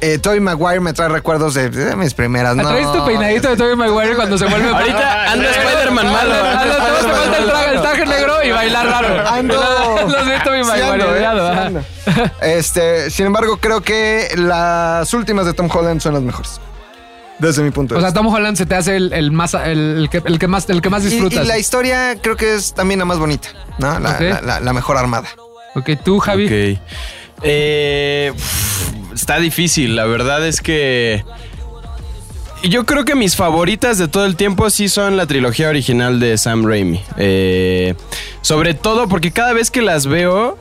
eh, Tobey Maguire me trae recuerdos de, de mis primeras.
Ah,
No,
¿Traes tu peinadito de Tobey Maguire cuando se vuelve Ah,
Ahorita anda Spider-Man malo.
Anda, te vas a falta el traje, el traje negro y bailar raro.
Ando.
Los de Tobey
Sí
Maguire.
ando, eh,
odiado,
sí
ajá.
ando. Este, sin embargo, creo que las últimas de Tom Holland son las mejores. Desde mi punto de
O sea,
vista.
Tom Holland se te hace el, el más, el, el que, el que más, el que más
Y-
disfrutas.
Y, la historia creo que es también la más bonita, ¿no? La,
Ok.
la- la- la mejor armada.
Ok, tú, Javi.
Ok. Eh, pf, está difícil, la verdad es que... Yo creo que mis favoritas de todo el tiempo sí son la trilogía original de Sam Raimi. Eh, sobre todo porque cada vez que las veo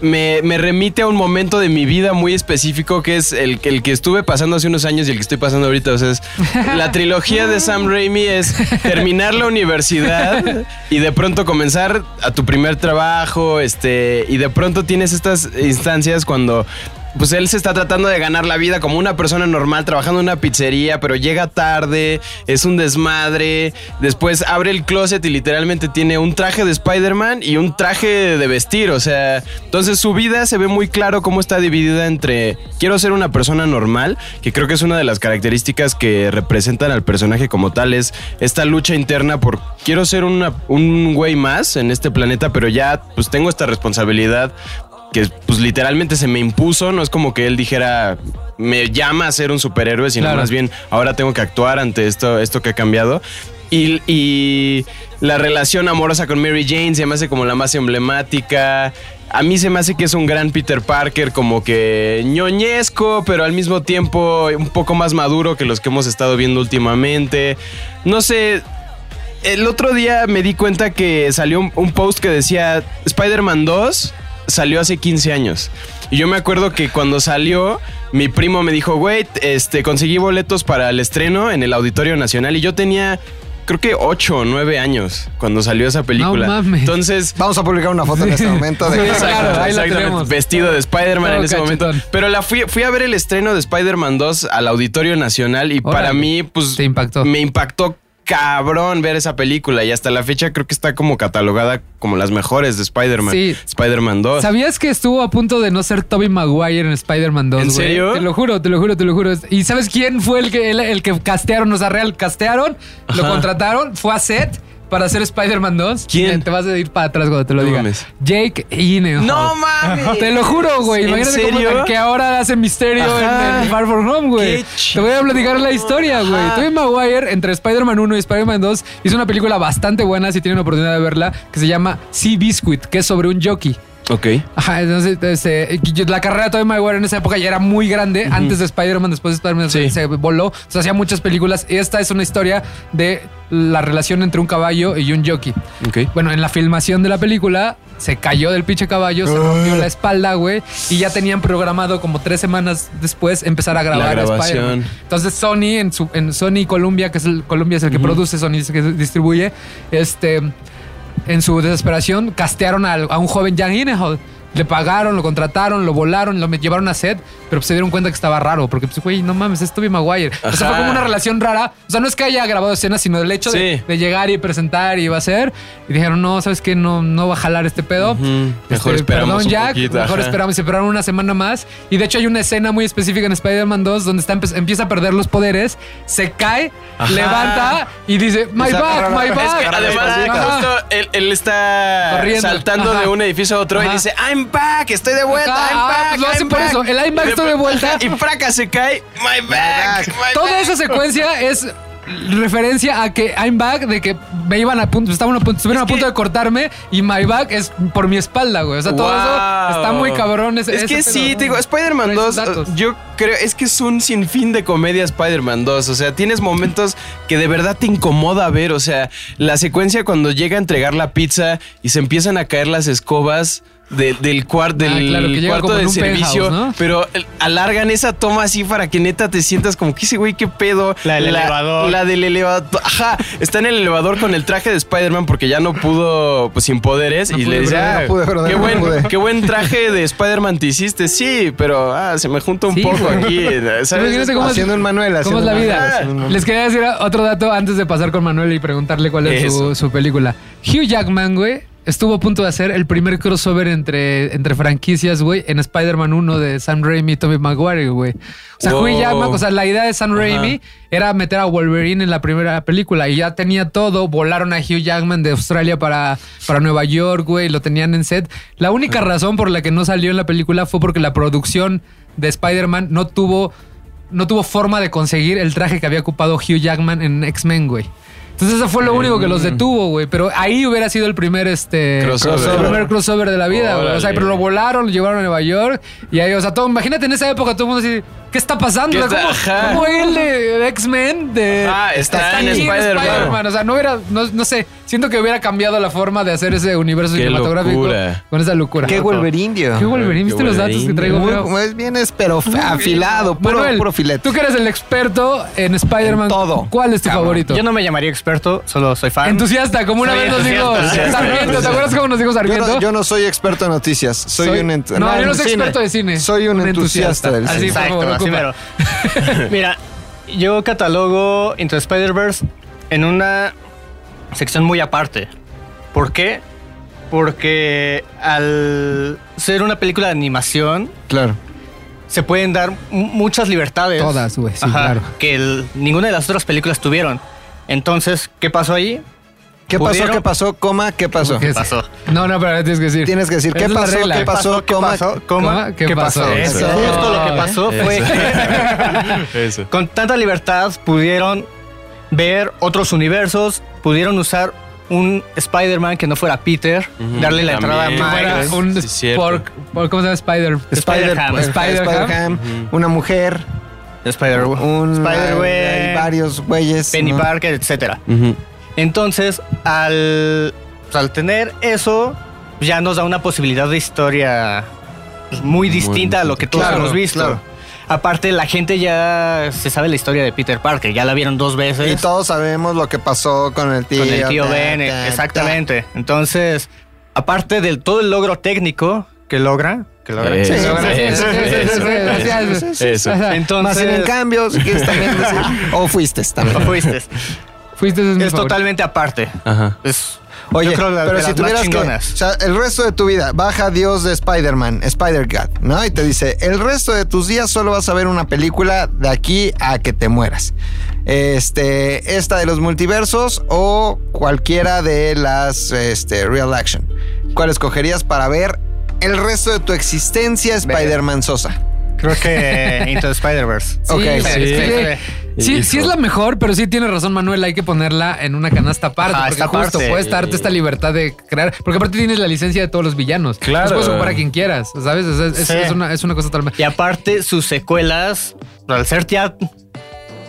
me, me remite a un momento de mi vida muy específico que es el, que- el que estuve pasando hace unos años y el que estoy pasando ahorita. O sea, es- la trilogía de Sam Raimi es terminar la universidad y de pronto comenzar a tu primer trabajo. Este, y de pronto tienes estas instancias cuando. Pues él se está tratando de ganar la vida como una persona normal, trabajando en una pizzería, pero llega tarde, es un desmadre. Después abre el closet y literalmente tiene un traje de Spider-Man y un traje de vestir. O sea, entonces su vida se ve muy claro cómo está dividida entre quiero ser una persona normal, que creo que es una de las características que representan al personaje como tal, es esta lucha interna por quiero ser una- un güey más en este planeta, pero ya pues tengo esta responsabilidad que pues literalmente se me impuso, no es como que él dijera me llama a ser un superhéroe, sino
Claro.
más bien ahora tengo que actuar ante esto, esto que ha cambiado. Y, y la relación amorosa con Mary Jane se me hace como la más emblemática. A mí se me hace que es un gran Peter Parker, como que ñoñesco, pero al mismo tiempo un poco más maduro que los que hemos estado viendo últimamente. No sé, el otro día me di cuenta que salió un, un post que decía Spider-Man 2 salió hace 15 años. Y yo me acuerdo que cuando salió, mi primo me dijo, güey, este, conseguí boletos para el estreno en el Auditorio Nacional y yo tenía, creo que 8 o 9 años cuando salió esa película.
mames.
Entonces,
Vamos a publicar una foto en este momento de
Sí, claro, ahí la
Exactamente,
tenemos.
Vestido de Spider-Man en
Todo
ese
cachetón.
momento. Pero la fui, fui a ver el estreno de Spider-Man 2 al Auditorio Nacional y
Órale.
para mí, pues.
Te impactó.
Me impactó cabrón ver esa película y hasta la fecha creo que está como catalogada como las mejores de Spider-Man.
Sí.
Spider-Man 2.
¿Sabías que estuvo a punto de no ser Toby Maguire en Spider-Man 2?
¿En
güey?
serio?
Te lo juro, te lo juro, te lo juro. ¿Y sabes quién fue el que, el, el que castearon? O sea, real, castearon, lo contrataron, fue a set para hacer Spider-Man 2.
¿Quién?
Te vas a ir para atrás cuando te lo
No
diga.
mames.
Jake Gyllenhaal.
No mames.
Te lo juro, güey.
¿En
Imagínate cómo
serio?
tan- que ahora hace misterio en,
Ajá.
en Far From Home, güey.
Qué
Te
chido.
voy a platicar la historia, güey.
Ajá.
Tobey Maguire, entre Spider-Man 1 y Spider-Man 2, hizo una película bastante buena, si tienen la oportunidad de verla, que se llama Sea Biscuit, que es sobre un jockey.
Ok.
Ajá, entonces este, yo- la carrera de Tobey Maguire en esa época ya era muy grande. Antes de Spider-Man, después de Spider-Man
Sí.
se voló. O sea, hacía muchas películas. Esta es una historia de la relación entre un caballo y un jockey.
Ok.
Bueno, en la filmación de la película se cayó del pinche caballo, se rompió la espalda, güey, y ya tenían programado como tres semanas después empezar a grabar a
grabación.
Spider-Man. Entonces Sony en su en Sony Columbia, que es el Columbia es el que produce, Sony es el que distribuye, este en su desesperación castearon al- a, un joven Jan Gyllenhaal. Le pagaron, lo contrataron, lo volaron, lo met- llevaron a set, pero pues se dieron cuenta que estaba raro, porque pues, güey, no mames, es Tobey Maguire. O sea, fue
Ajá.
como una relación rara. O sea, no es que haya grabado escenas, sino el hecho de,
Sí.
de llegar y presentar y va a ser. Y dijeron, no, ¿sabes qué? No, no va a jalar este pedo. Este,
Ujú. Mejor esperamos
Perdón,
un
Jack.
poquito,
mejor
ajá.
esperamos. Esperaron una semana más. Y de hecho, hay una escena muy específica en Spider-Man 2 donde está, empe- empieza a perder los poderes, se cae,
Ajá.
levanta y dice, My
Esa
back, my
rara-
back.
Es que además,
Ah, Ajá.
justo él, él está
Corriendo.
saltando
Ajá.
de un edificio a otro
Ajá.
y dice, I'm back, estoy de vuelta,
Ajá,
I'm
ah,
back.
pues lo
I'm
hacen por
back".
eso, el I'm back
Y de-
estoy de vuelta.
Y fraca se cae, my back, my
Toda
back".
esa secuencia es referencia a que I'm back, de que me iban a punto, estaban a punto, estuvieron
Es
a punto
que-
de cortarme y my back es por mi espalda, güey. O sea, todo
Wow.
eso está muy cabrón. ese-
es
ese
que
pedo.
sí, te digo, Spider-Man
Traes
2,
datos.
eh, yo creo, es que es un sinfín de comedia Spider-Man 2. O sea, tienes momentos que de verdad te incomoda ver. O sea, la secuencia cuando llega a entregar la pizza y se empiezan a caer las escobas. de- del cuar- del
Ah, claro, que llega
cuarto
como en
de
un
servicio,
penthouse, ¿no?
pero eh, alargan esa toma así para que neta te sientas como que ese güey, qué pedo.
La del elevador.
La del elevador. Ajá, está en el elevador con el traje de Spider-Man porque ya no pudo, pues sin poderes.
No
y
pude,
le dice,
brother,
"Ah,
no pude, brother,
qué,
no
buen,
pude".
qué buen traje de Spider-Man te hiciste, sí, pero ah, se me junta un
Sí,
poco
güey.
aquí. eh, ¿sabes?
Imagínate cómo es-
Haciendo un Manuel.
¿Cómo
haciendo
es la
un Manuel,
vida?
haciendo un Manuel.
Les quería decir otro dato antes de pasar con Manuel y preguntarle cuál es su,
Eso.
su película. Hugh Jackman, güey, estuvo a punto de hacer el primer crossover entre, entre franquicias, güey, en Spider-Man 1 de Sam Raimi y Tobey Maguire, güey. O sea,
Wow.
Hugh Jackman, o sea, la idea de Sam Raimi era meter a Wolverine en la primera película y ya tenía todo. Volaron a Hugh Jackman de Australia para, para Nueva York, güey, lo tenían en set. La única razón por la que no salió en la película fue porque la producción de Spider-Man no tuvo no tuvo forma de conseguir el traje que había ocupado Hugh Jackman en X-Men, güey. Entonces eso fue lo único que
Mm.
los detuvo, güey. Pero ahí hubiera sido el primer este
Crossover.
el primer crossover de la vida, güey. O sea,
Órale.
pero lo volaron, lo llevaron a Nueva York y ahí, o sea, todo, imagínate en esa época todo el mundo así, ¿qué está pasando?
¿Qué
O sea,
está- ajá.
¿Cómo, cómo él de de X-Men de
Ah, está en
aquí
Spider-Man.
O sea, no hubiera no, no sé, siento que hubiera cambiado la forma de hacer ese universo
Qué
cinematográfico
locura.
con esa locura.
Qué Wolverine, Dios.
¿Qué Wolverine? ¿Viste
Qué
los datos que
Wolverine.
traigo?
Muy-
bro?
como es bien, es pero f- afilado, puro,
Manuel,
puro filete.
Tú que eres el experto en Spider-Man.
En todo.
¿Cuál es tu favorito?
Yo no me llamaría experto, solo soy fan.
Entusiasta, como una
Soy
vez nos dijo
entusiasta.
Sarmiento. ¿Te acuerdas cómo nos dijo
Yo
Sarmiento?
no, yo no soy experto en noticias, soy,
Soy-
un ent-
No, yo no
en
soy experto de cine.
Soy un,
Un
entusiasta,
entusiasta.
del
Así
cine.
fue.
Exacto,
por favor,
así
ocupa.
mero. Mira, yo catalogo Into the Spider-Verse en una sección muy aparte. ¿Por qué? Porque al ser una película de animación,
Claro.
se pueden dar mu- muchas libertades.
Todas, güey, sí,
Ajá,
claro.
Que el- ninguna de las otras películas tuvieron. Entonces, ¿qué pasó ahí?
¿Qué pasó?
¿Pudieron?
¿Qué pasó? Coma, ¿qué pasó?
¿Qué
pasó?
es? No, no, pero ahora tienes que decir.
Tienes que decir,
Esa
¿qué
es la
pasó?
regla.
¿Qué pasó? Coma.
¿Coma?
¿Qué pasó?
Eso.
Eso.
Justo lo que pasó fue
Eso.
con tanta libertad pudieron ver otros universos, pudieron usar un Spider-Man que no fuera Peter,
Ujú,
darle la entrada a
también.
Miles.
Era
Ay,
un
Eh, sí, cierto.
pork- por- ¿Cómo se llama? Spider.
Spider-Ham.
Spider-Ham. Spider-Ham. Una mujer.
spider
Un. hay
Spider-Man,
Varios güeyes.
Penny
¿no?
Parker, etcétera. Entonces, al, pues, al tener eso, ya nos da una posibilidad de historia pues, muy distinta a lo que todos
Claro,
hemos visto.
claro.
Aparte, la gente ya se sabe la historia de Peter Parker, ya la vieron dos veces
Y todos sabemos lo que pasó con el tío.
con el tío
ta,
Ben, eh,
ta,
exactamente. Entonces, aparte del todo el logro técnico que logra, que logra.
Eh,
ta. Sí,
Eso,
sí, sí,
eso,
sí, sí,
eso,
sí,
eso,
sí, sí, sí, sí.
Eso.
Ajá.
Más
Entonces,
sin en cambio, si quieres también decir. O fuiste también.
fuiste.
Fuiste ese es mi
es
favorito.
totalmente aparte.
Ajá.
Es,
Oye,
yo creo la-
pero
de
si
las
tuvieras
más
que, o
chingonas.
sea, el resto de tu vida, baja Dios de Spider-Man, Spider-God, ¿no? Y te dice, el resto de tus días solo vas a ver una película de aquí a que te mueras. Este, esta de los multiversos o cualquiera de las este, real action. ¿Cuál escogerías para ver el resto de tu existencia Spider-Man Sosa?
Creo que Into the Spider-Verse.
Sí,
Ok,
sí,
sí.
sí. Sí,
Hijo.
sí es la mejor, pero sí tiene razón Manuel, hay que ponerla en una canasta aparte,
Ah,
porque
esta
justo
parte.
puedes darte esta libertad de crear, porque aparte tienes la licencia de todos los villanos.
Claro.
Los puedes ocupar a quien quieras, ¿sabes? O sea, Es, es-
Sí.
es una, es una cosa totalmente...
Y aparte, sus secuelas, al ser ya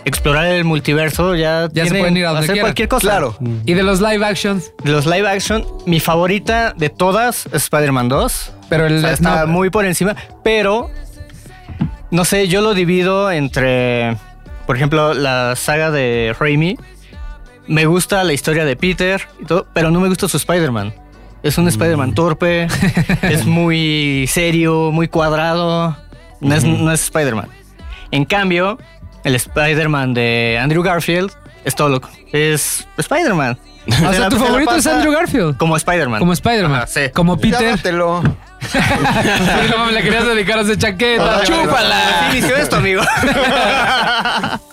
explorar el multiverso, ya,
Ya se
tienen-
pueden ir a donde
hacer
quieran.
cualquier cosa.
Claro.
Y de los live actions,
De los live action, mi favorita de todas es Spider-Man 2.
pero el...
O sea, está
no,
muy por encima, pero no sé, yo lo divido entre, por ejemplo, la saga de Raimi. Me gusta la historia de Peter y todo, pero no me gusta su Spider-Man. Es un
Mm.
Spider-Man torpe, es muy serio, muy cuadrado. No es, no es Spider-Man. En cambio, el Spider-Man de Andrew Garfield es todo loco. Es Spider-Man.
o sea, tu favorito es Andrew Garfield.
Como Spider-Man.
Como Spider-Man.
Ajá, sí.
Como Peter.
Llámatelo.
No mames, le querías dedicar a esa chaqueta.
¡Chúpala! Así inició esto, amigo.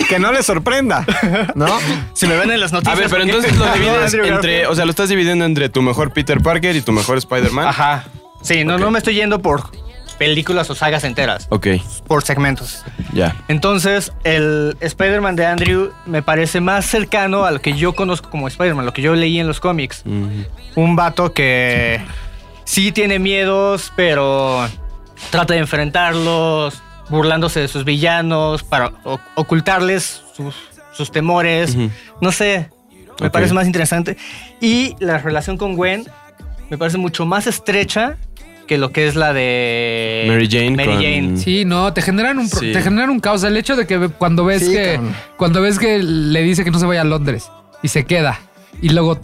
Que no le sorprenda, ¿no?
Si me ven en las
A
noticias.
ver, pero
¿por qué?
entonces lo
No,
divides
Andrew
entre,
Garfield.
o sea, lo estás dividiendo entre tu mejor Peter Parker y tu mejor Spider-Man.
Ajá. Sí, no, no me estoy yendo por películas o sagas enteras,
Ok,
por segmentos.
ya.
Entonces, el Spider-Man de Andrew me parece más cercano a lo que yo conozco como Spider-Man, lo que yo leí en los cómics.
Mm.
Un vato que sí tiene miedos, pero trata de enfrentarlos, burlándose de sus villanos, para o- ocultarles sus, sus temores.
Ujú.
No sé, me
Ok.
parece más interesante. Y la relación con Gwen me parece mucho más estrecha que lo que es la de
Mary Jane
Mary
con-
Jane.
Sí, no, te generan un pro-
Mm. Sí.
te generan un caos. El hecho de que cuando ves
Sí,
que
cabrón.
cuando ves que le dice que no se vaya a Londres y se queda y luego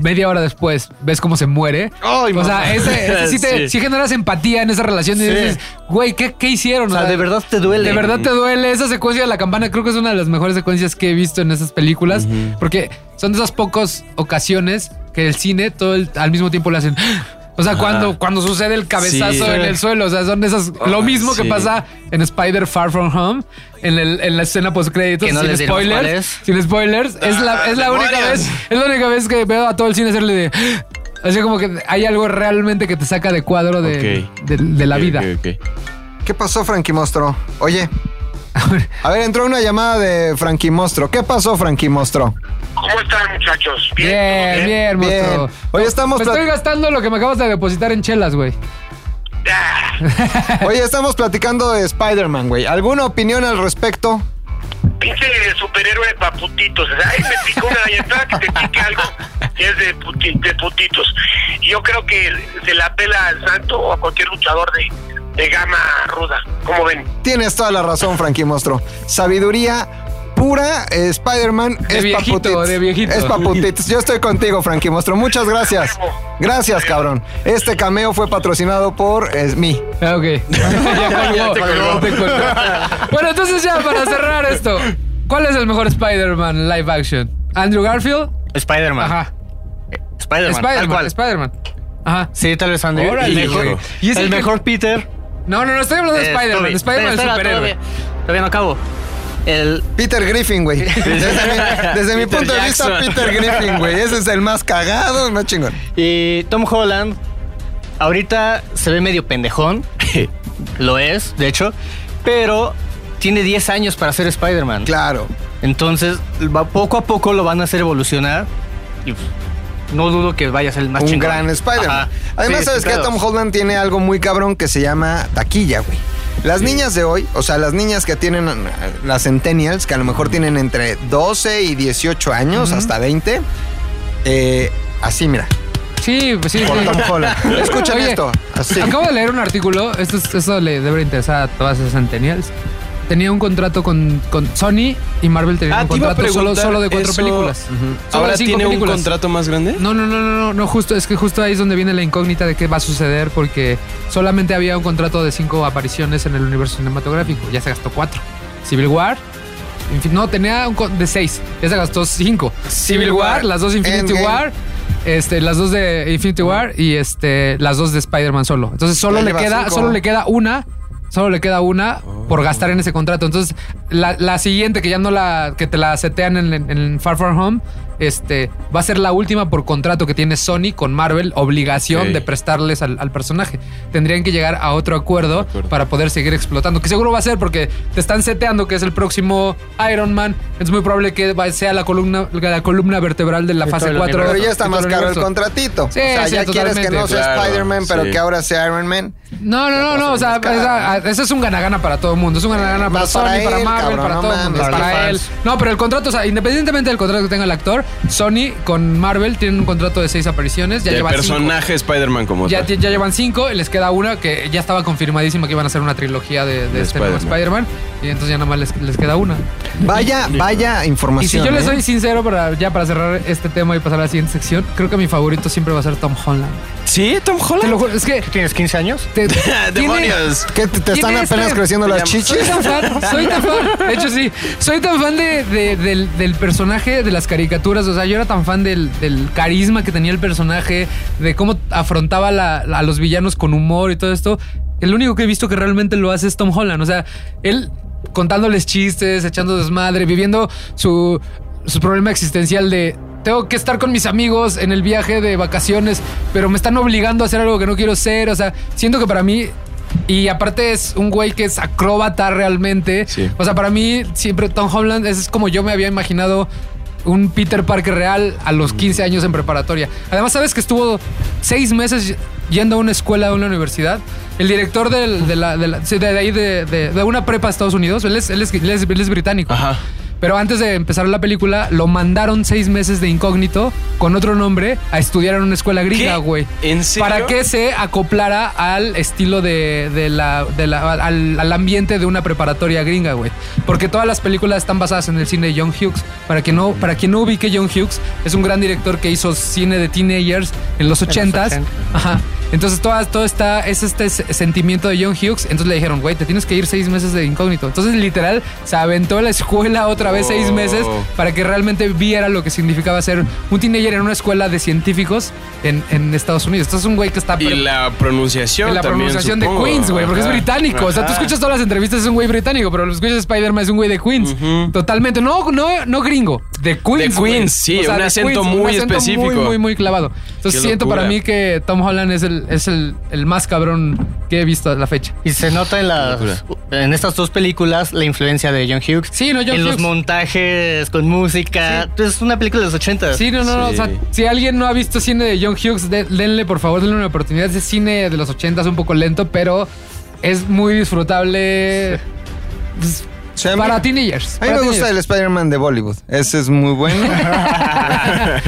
media hora después ves cómo se muere. o sea, ese, ese sí, te,
Sí.
sí generas empatía en esa relación y dices, güey, ¿qué, qué hicieron?
O sea, de verdad te duele.
De verdad te duele. Esa secuencia de la campana creo que es una de las mejores secuencias que he visto en esas películas. Porque son de esas pocas ocasiones que el cine todo el- al mismo tiempo le hacen. O sea, cuando, cuando sucede el cabezazo
Sí.
en el suelo. O sea, son esas. Lo mismo que
sí.
pasa en Spider Far From Home, en, el- en la escena post créditos.
Que no
sin
les diremos
spoilers.
cuál es. Ah,
Sin spoilers. es la, es la única vez. Es la única vez que veo a todo el cine hacerle de. Así como que hay algo realmente que te saca de cuadro de,
Ok.
de- de la
Ok,
vida.
ok, ok.
¿Qué pasó, Frankie Mostro? Oye. A ver, entró una llamada de Frankie Mostro. ¿Qué pasó, Frankie Mostro?
¿Cómo están, muchachos?
Bien, bien,
Bien.
monstruo.
Hoy estamos
Me
plat-
estoy gastando lo que me acabas de depositar en chelas, güey.
Ah,
Oye, estamos platicando de Spider-Man, güey. ¿Alguna opinión al respecto?
pinche superhéroe pa' putitos. Ay, me picó una galletada que te pique algo. Es de, puti- de putitos. Yo creo que se la pela al santo o a cualquier luchador de, de gama ruda. ¿Cómo ven?
Tienes toda la razón, Frankie Mostro. Sabiduría pura, eh, Spider-Man
De
es
viejito,
paputitos.
de viejito.
Es paputitos. Yo estoy contigo, Frankie Mostro. Muchas gracias. Gracias, cabrón. Este cameo fue patrocinado por eh, mí.
Ah, ok. ya colgó,
te colgó.
te colgó. bueno, entonces ya para cerrar esto, ¿cuál es el mejor Spider-Man live action? ¿Andrew Garfield?
Spider-Man.
Ajá.
Ah, Spider-Man. tal
Spider-Man,
cual.
Spider-Man. Ajá.
Sí, tal vez Andrew.
Órale,
el mejor,
güey. Y es
el
el que-
mejor Peter.
No, no, no, estoy hablando de
es
Spider-Man.
Toby.
Spider-Man es
Eh, Espera,
superhéroe.
Todavía, todavía no acabo. El,
Peter Griffin, güey. Desde mi, desde mi
Peter
punto de vista,
Jackson.
Peter Griffin, güey. Ese es el más cagado, el más chingón.
y Tom Holland ahorita se ve medio pendejón. Lo es, de hecho. Pero tiene 10 años para ser Spider-Man.
Claro.
Entonces, va- poco a poco lo van a hacer evolucionar. Y pues, no dudo que vaya a ser el más
un
chingón.
gran Spider-Man.
Ajá.
Además,
Sí,
sabes
sin
que
pedos.
Tom Holland tiene algo muy cabrón que se llama taquilla, güey. Las niñas de hoy, o sea, las niñas que tienen, eh, las centennials, que a lo mejor tienen entre 12 y 18 años, hasta 20, eh, así, mira,
Sí, pues sí.
por
sí.
Tom Holland. Escuchen
Oye,
esto, así.
Acabo de leer un artículo, esto, es- eso le debe interesar a todas esas centennials. Tenía un contrato con, con Sony y Marvel tenía
Ah,
un
te iba a
contrato solo,
preguntar
solo de cuatro
eso.
películas. Solo
¿Ahora
de cinco
tiene
películas.
un contrato más grande?
No, no, no, no, no, no, justo, es que justo ahí es donde viene la incógnita de qué va a suceder porque solamente había un contrato de cinco apariciones en el universo cinematográfico, ya se gastó cuatro. Civil War, Infin- No, tenía un co- de seis. Ya se gastó cinco. Civil
Civil
War,
War,
las dos de Infinity
Endgame.
War, este, las dos de Infinity War y este, las dos de Spider-Man solo. Entonces solo
Ya
le
lleva
queda,
cinco.
solo le queda una. Solo le queda una
Oh.
por gastar en ese contrato. Entonces, la, la siguiente que ya no la. que te la setean en, en- en Far From Home. Este va a ser la última por contrato que tiene Sony con Marvel, obligación
Ok.
de prestarles al, al personaje. Tendrían que llegar a otro acuerdo,
acuerdo.
para poder seguir explotando, que seguro va a ser porque te están seteando que es el próximo Iron Man. Es muy probable que va- sea la columna, la columna vertebral de la
De todo
fase
el
4.
Pero ya está
de todo
más
el
caro el
universo.
contratito.
Sí,
o sea,
sí,
ya quieres que
totalmente.
no sea
Claro,
Spider-Man, pero
sí.
que ahora sea Iron Man.
No, no, no, no. O sea,
Más caro,
esa- eso es un gana-gana para todo el mundo. Es un gana-gana
Eh,
para
más
Sony,
para
para
él,
Marvel,
cabrón,
para
no
todo el mundo.
mames,
para
para
él.
los
No, pero el contrato, o sea, independientemente del contrato que tenga el actor, Sony con Marvel tienen un contrato de seis apariciones. Ya
el
lleva cinco.
personaje Spider-Man como
Ya,
tal.
ti- ya llevan cinco y les queda una que ya estaba confirmadísima que iban a hacer una trilogía de, de
De
este nuevo
Spider-Man.
Spider-Man. y entonces ya nada más les, les queda una.
Vaya, vaya
Y si
información.
yo les
¿eh?
soy sincero, para, ya para cerrar este tema y pasar a la siguiente sección, creo que mi favorito siempre va a ser Tom Holland.
Sí, Tom
Te
Holland.
lo juro, es que.
¿Tienes 15 años?
te-
Ah, Demonios.
¿Qué, te, te
¿Quién
están
es
apenas
este?
creciendo las
Soy
Soy
chichis?
tan fan, soy tan fan, de hecho sí, soy tan fan de, de- del, del personaje, de las caricaturas, o sea, yo era tan fan del, del carisma que tenía el personaje, de cómo afrontaba la- la- a los villanos con humor y todo esto. El único que he visto que realmente lo hace es Tom Holland, o sea, él contándoles chistes, echando desmadre, viviendo su, su problema existencial de... Tengo que estar con mis amigos en el viaje de vacaciones, pero me están obligando a hacer algo que no quiero ser. O sea, siento que para mí y aparte es un güey que es acróbata realmente.
Sí.
O sea, para mí siempre Tom Holland es como yo me había imaginado un Peter Parker real a
Mm.
los 15 años en preparatoria. Además, ¿sabes que estuvo seis meses yendo a una escuela, a una universidad? El director del- de, la, de, la- sí, de ahí, de, de- de una prepa de Estados Unidos, él es, él es- él es- él es británico.
Ajá.
Pero antes de empezar la película, lo mandaron seis meses de incógnito con otro nombre a estudiar en una escuela gringa,
¿Qué?
güey.
¿En serio?
Para que se acoplara al estilo de, de la, de la- al, al ambiente de una preparatoria gringa, güey. Porque todas las películas están basadas en el cine de John Hughes. Para, que no, para quien no ubique John Hughes, es un gran director que hizo cine de teenagers en los 80s.
80.
Ajá. Entonces toda- todo está, es este s- sentimiento de John Hughes. Entonces le dijeron, güey, te tienes que ir seis meses de incógnito. Entonces literal se aventó a la escuela otra vez seis
Oh.
meses para que realmente viera lo que significaba ser un teenager en una escuela de científicos en, en Estados Unidos. Entonces es un güey que está...
Y
pre-
la pronunciación
en la
también,
pronunciación
supongo.
de Queens, güey, porque es
Ajá.
británico. O sea, tú
Ajá.
escuchas todas las entrevistas, es un güey británico, pero lo escuchas de Spider-Man, es un güey de Queens.
Ujú.
Totalmente. No, no, no gringo. De Queens.
De
güey.
Queens, sí, un
de
acento muy específico.
Muy, muy, muy clavado. Entonces
Qué
siento
locura.
para mí que Tom Holland es el, es el, el más cabrón que he visto a la fecha.
Y se nota en las en estas dos películas la influencia de John Hughes.
Sí, no, John
en los
Hughes.
montajes, con música. Pues, Es una película de los 80.
Sí, no, no, no. O sea,
Sí.
si alguien no ha visto cine de John Hughes, de- denle, por favor, denle una oportunidad. Es cine de los 80 un poco lento, pero es muy disfrutable. pues,
Sí, a mí-
para teenagers.
A mí
para
me gusta
teenagers.
el Spider-Man de Bollywood. Ese es muy bueno.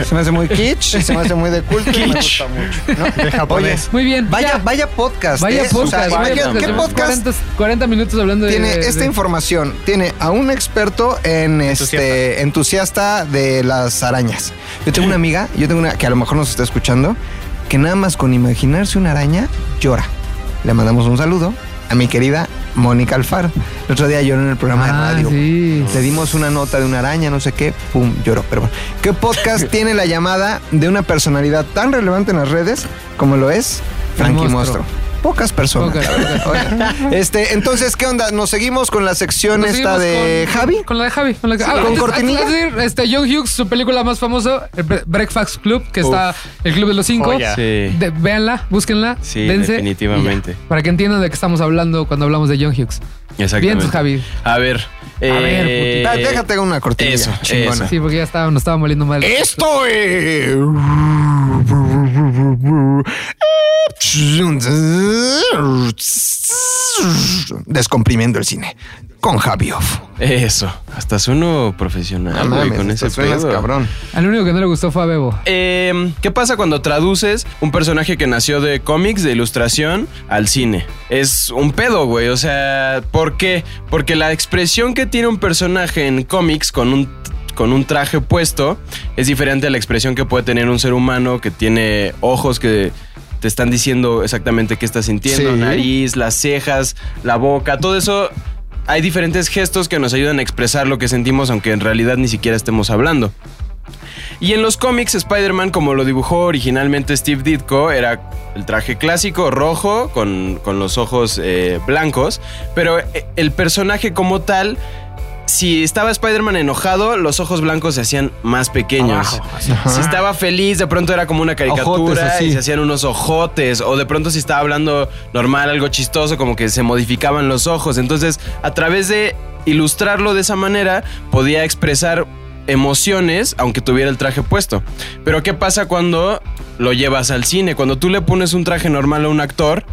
se me hace muy kitsch, se me hace muy de culto. y Me gusta mucho. ¿no?
De japonés.
Muy bien.
Vaya,
ya.
vaya podcast.
Vaya
¿eh? O
podcast.
sea,
vaya
imagínate,
podcast.
¿Qué
Llevamos
podcast
40, 40 minutos hablando de.
tiene este
de-
esta
de-
información? Tiene a un experto en este entusiasta de las arañas. Yo tengo una amiga, yo tengo una que a lo mejor nos está escuchando, que nada más con imaginarse una araña llora. Le mandamos un saludo a mi querida Mónica Alfaro. El otro día lloró en el programa
Ah,
de radio.
sí.
Le dimos una nota de una araña, no sé qué, pum, lloró. Pero bueno, ¿qué podcast tiene la llamada de una personalidad tan relevante en las redes como lo es Frankie
Monstruo.
Mostro? Pocas personas.
Pocas,
la verdad. Oigan, Este, entonces, ¿qué onda? ¿Nos seguimos con la sección
Nos
esta
seguimos
de
con-
Javi?
Con la de Javi. Con, la,
¿con cortinilla?
decir, este, John Hughes, su película más famosa, el Bre- Breakfast Club, que está el Club de los Cinco.
Joya.
Sí.
De- véanla, búsquenla.
Sí,
dense,
definitivamente.
y ya, Para que entiendan de qué estamos hablando cuando hablamos de John Hughes.
Exactamente.
Bien, pues, Javi.
A ver.
ver,
eh,
Ah, Déjate hago una cortinilla.
eso,
chingona.
eso.
Sí, porque ya estaba, nos estaba moliendo mal.
Esto es. Descomprimiendo el cine con Javi Off.
Eso. Hasta sueno profesional,
No
güey,
mames,
con ese
estas suenas,
pedo.
cabrón.
Al único que no le gustó fue a Bebo.
Eh, ¿Qué pasa cuando traduces un personaje que nació de cómics, de ilustración, al cine? Es un pedo, güey. O sea, ¿por qué? Porque la expresión que tiene un personaje en cómics con un con un traje puesto es diferente a la expresión que puede tener un ser humano que tiene ojos que te están diciendo exactamente qué está sintiendo,
Sí.
nariz, las cejas, la boca, todo eso hay diferentes gestos que nos ayudan a expresar lo que sentimos aunque en realidad ni siquiera estemos hablando. Y en los cómics, Spider-Man, como lo dibujó originalmente Steve Ditko, era el traje clásico rojo con, con los ojos eh, blancos, pero eh, el personaje como tal, si estaba Spider-Man enojado, los ojos blancos se hacían más pequeños.
Abajo,
Si estaba feliz, de pronto era como una caricatura
Ojotes, así.
y se hacían unos ojotes. O de pronto si estaba hablando normal, algo chistoso, como que se modificaban los ojos. Entonces, a través de ilustrarlo de esa manera, podía expresar emociones aunque tuviera el traje puesto. Pero ¿qué pasa cuando lo llevas al cine? Cuando tú le pones un traje normal a un actor,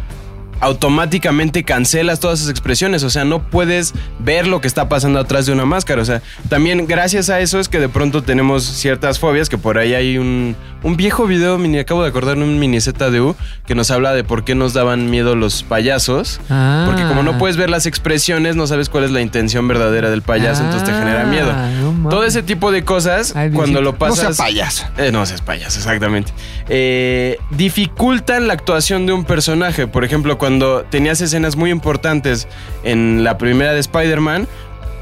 automáticamente cancelas todas esas expresiones, o sea, no puedes ver lo que está pasando atrás de una máscara, o sea, también gracias a eso es que de pronto tenemos ciertas fobias, que por ahí hay un, un viejo video, mini, acabo de acordar un mini ZDU, que nos habla de por qué nos daban miedo los payasos,
Ah.
porque como no puedes ver las expresiones, no sabes cuál es la intención verdadera del payaso, entonces te genera miedo.
Ah, no mames.
Todo ese tipo de cosas,
Ay, Diosito.
cuando lo
No
pasas...
sea payaso.
Eh, no seas payaso, exactamente. Eh, dificultan la actuación de un personaje. Por ejemplo, cuando tenías escenas muy importantes en la primera de Spider-Man,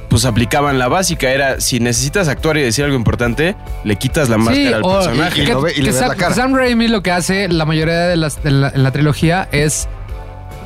pues aplicaban la básica. Era, si necesitas actuar y decir algo importante, le quitas la máscara al
o-
personaje.
y-
que-
lo ve-
que
le ves
Sam,
la cara.
Sam Raimi lo que hace la mayoría de las de la, en la trilogía es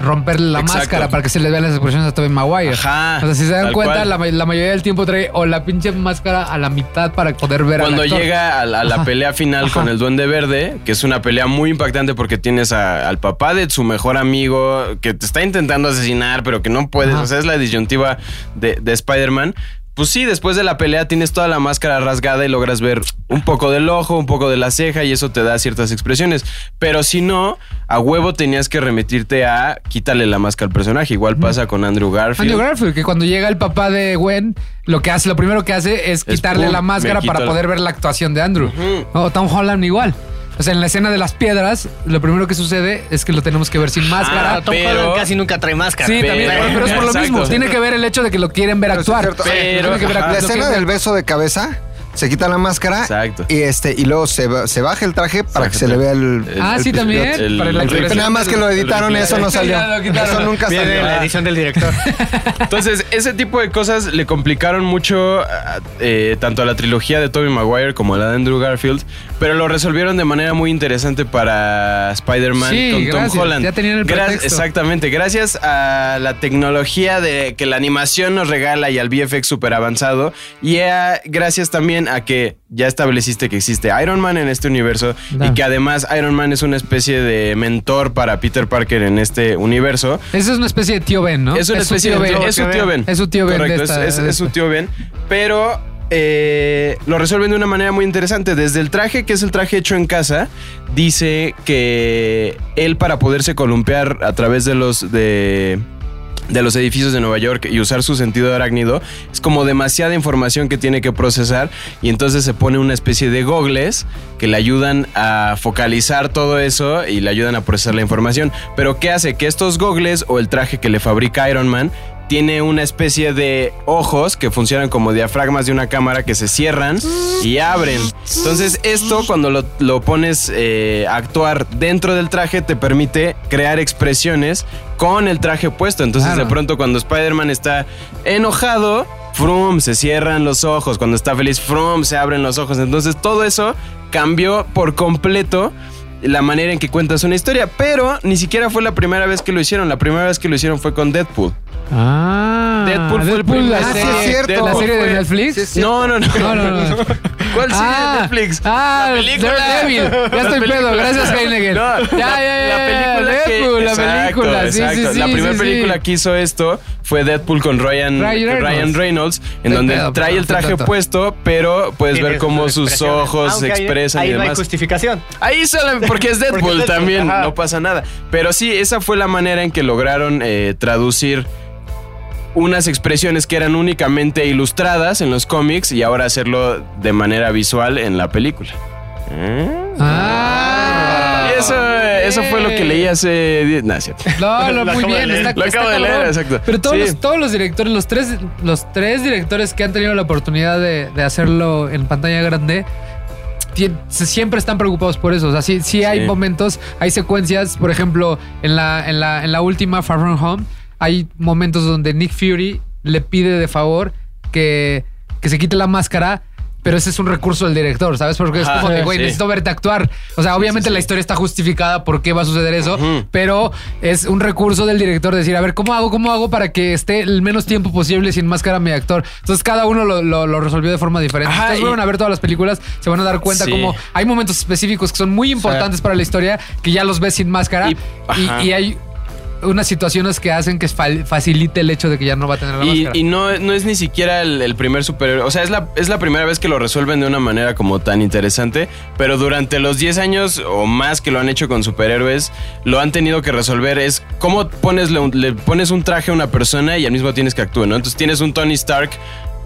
romper la
Exacto.
máscara para que se les vean las expresiones a Tobey Maguire.
Ajá,
o sea, si se dan
tal
cuenta,
cual.
la, ma- la mayoría del tiempo trae o la pinche máscara a la mitad para poder ver
Cuando
al actor.
llega a la, a la
Ajá.
pelea final
Ajá.
con el Duende Verde, que es una pelea muy impactante porque tienes a- al papá de su mejor amigo que te está intentando asesinar, pero que no puedes.
Ajá.
O sea, es la disyuntiva de, de Spider-Man. Pues sí, después de la pelea tienes toda la máscara rasgada y logras ver un poco del ojo, un poco de la ceja y eso te da ciertas expresiones. Pero si no, a huevo tenías que remitirte a quitarle la máscara al personaje. Igual pasa con Andrew Garfield.
Andrew Garfield, que cuando llega el papá de Gwen, lo que hace, lo primero que hace es
Es
quitarle
pum,
la
me
máscara
quito
para
la-
poder ver la actuación de Andrew. O Tom Holland igual. O sea, en la escena de las piedras, lo primero que sucede es que lo tenemos que ver sin máscara.
Ah,
Tom
pero-
Holland casi nunca trae máscara.
Sí, también,
Pero-
pero, pero es por lo
Exacto.
mismo. Tiene que ver el hecho de que lo quieren ver
Pero sí es
actuar.
cierto.
Pero-
Tiene que ver actuar.
Ajá.
La
Lo
escena
quieren
del
ver-
beso de cabeza, se quita la máscara
Exacto.
y este y luego se, ba- se baja el traje para que se le vea el...
El-
Ah,
el
sí, también.
pilote, el-
para
el
la
el-
expresión
nada más que lo
del-
editaron,
el-
eso
el-
no salió.
Ya lo quitaron.
Eso nunca
Viene
salió.
la edición del director.
Entonces, ese tipo de cosas le complicaron mucho a- eh, tanto a la trilogía de Tobey Maguire como a la de Andrew Garfield, pero lo resolvieron de manera muy interesante para Spider-Man
Sí,
con Tom
gracias.
Holland.
Ya tenían el pretexto.
Exactamente, gracias a la tecnología de que la animación nos regala y al VFX super avanzado, y a- gracias también a que ya estableciste que existe Iron Man en este universo y
Claro.
que además Iron Man es una especie de mentor para Peter Parker en este universo.
Eso es una especie de tío Ben, ¿no?
Es una
su
especie
tío
de tío-
Ben.
es su tío Ben.
Es su tío Ben. de
Correcto, es-
esta-
es,
de
es su
esta.
tío Ben. Pero eh, lo resuelven de una manera muy interesante. Desde el traje, que es el traje hecho en casa, dice que él para poderse columpiar a través de los de de los edificios de Nueva York y usar su sentido arácnido es como demasiada información que tiene que procesar y entonces se pone una especie de gogles que le ayudan a focalizar todo eso y le ayudan a procesar la información. Pero ¿qué hace? Que estos gogles o el traje que le fabrica Iron Man tiene una especie de ojos que funcionan como diafragmas de una cámara que se cierran y abren. Entonces esto cuando lo, lo pones eh, a actuar dentro del traje te permite crear expresiones con el traje puesto. Entonces
Claro.
de pronto cuando Spider-Man está enojado, Frum, se cierran los ojos. Cuando está feliz, Frum, se abren los ojos. Entonces todo eso cambió por completo la manera en que cuentas una historia. Pero ni siquiera fue la primera vez que lo hicieron. La primera vez que lo hicieron fue con Deadpool.
Ah,
Deadpool fue el
la
primer-
serie,
Ah, sí, es cierto.
la serie
Fue-
de Netflix.
Sí, es cierto.
No, no, no.
No, no, no.
¿Cuál serie
Ah,
de Netflix?
Ah,
La película.
Daredevil.
La
Ya estoy
película.
pedo. Gracias, Heineken.
No,
ya, ya, ya.
la película que-
Deadpool, la
Exacto,
película. Sí, sí,
exacto.
sí,
La
sí,
primera
sí.
película que hizo esto fue Deadpool con
Ryan
Ryan, Ryan Reynolds.
Reynolds.
en
Estoy
donde
pedo,
trae
perdón,
el
estoy
traje
tonto.
puesto, pero puedes ver
Tiene
cómo
sus
sus
expresiones.
ojos se
Aunque ahí-
expresan
ahí
y
no hay
demás.
justificación.
Ahí solamente porque es Deadpool
Porque es Deadpool,
también,
ajá.
no pasa nada. Pero sí, esa fue la manera en que lograron eh, traducir unas expresiones que eran únicamente ilustradas en los cómics y ahora hacerlo de manera visual en la película. ¿Eh?
Ah,
Y eso, eso fue lo que leí hace 10 nah, es cierto.
No, no,
Lo
muy
acabo de
bien.
leer.
Está,
Lo
está
acabo de leer,
cabrón.
exacto.
Pero todos,
Sí.
los, todos los directores, los tres, los tres directores que han tenido la oportunidad de, de hacerlo en pantalla grande, tien- se- siempre están preocupados por eso. O sea, sí, sí hay
Sí.
momentos, hay secuencias, por ejemplo, en la, en la, en la última Far From Home, hay momentos donde Nick Fury le pide de favor que, que se quite la máscara. Pero ese es un recurso del director, ¿sabes? Porque es
Ajá,
como de, güey,
sí.
necesito verte actuar. O sea, obviamente
sí,
la
sí.
historia está justificada por qué va a suceder eso,
Ujú.
pero es un recurso del director decir, a ver, ¿cómo hago? ¿Cómo hago para que esté el menos tiempo posible sin máscara mi actor? Entonces cada uno lo, lo- lo resolvió de forma diferente.
Ajá,
Ustedes
y-
fueron a ver todas las películas, se van a dar cuenta
Sí.
como hay momentos específicos que son muy importantes para la historia, que ya los ves sin máscara
Y- ajá.
y, y hay unas situaciones que hacen que fal- facilite el hecho de que ya no va a tener la
Y,
máscara.
y no, no es ni siquiera el, el primer superhéroe. O sea, es la, es la primera vez que lo resuelven de una manera como tan interesante. Pero durante los 10 años o más que lo han hecho con superhéroes, lo han tenido que resolver. Es cómo pones, le, le pones un traje a una persona y al mismo tienes que actúe, ¿no? Entonces tienes un Tony Stark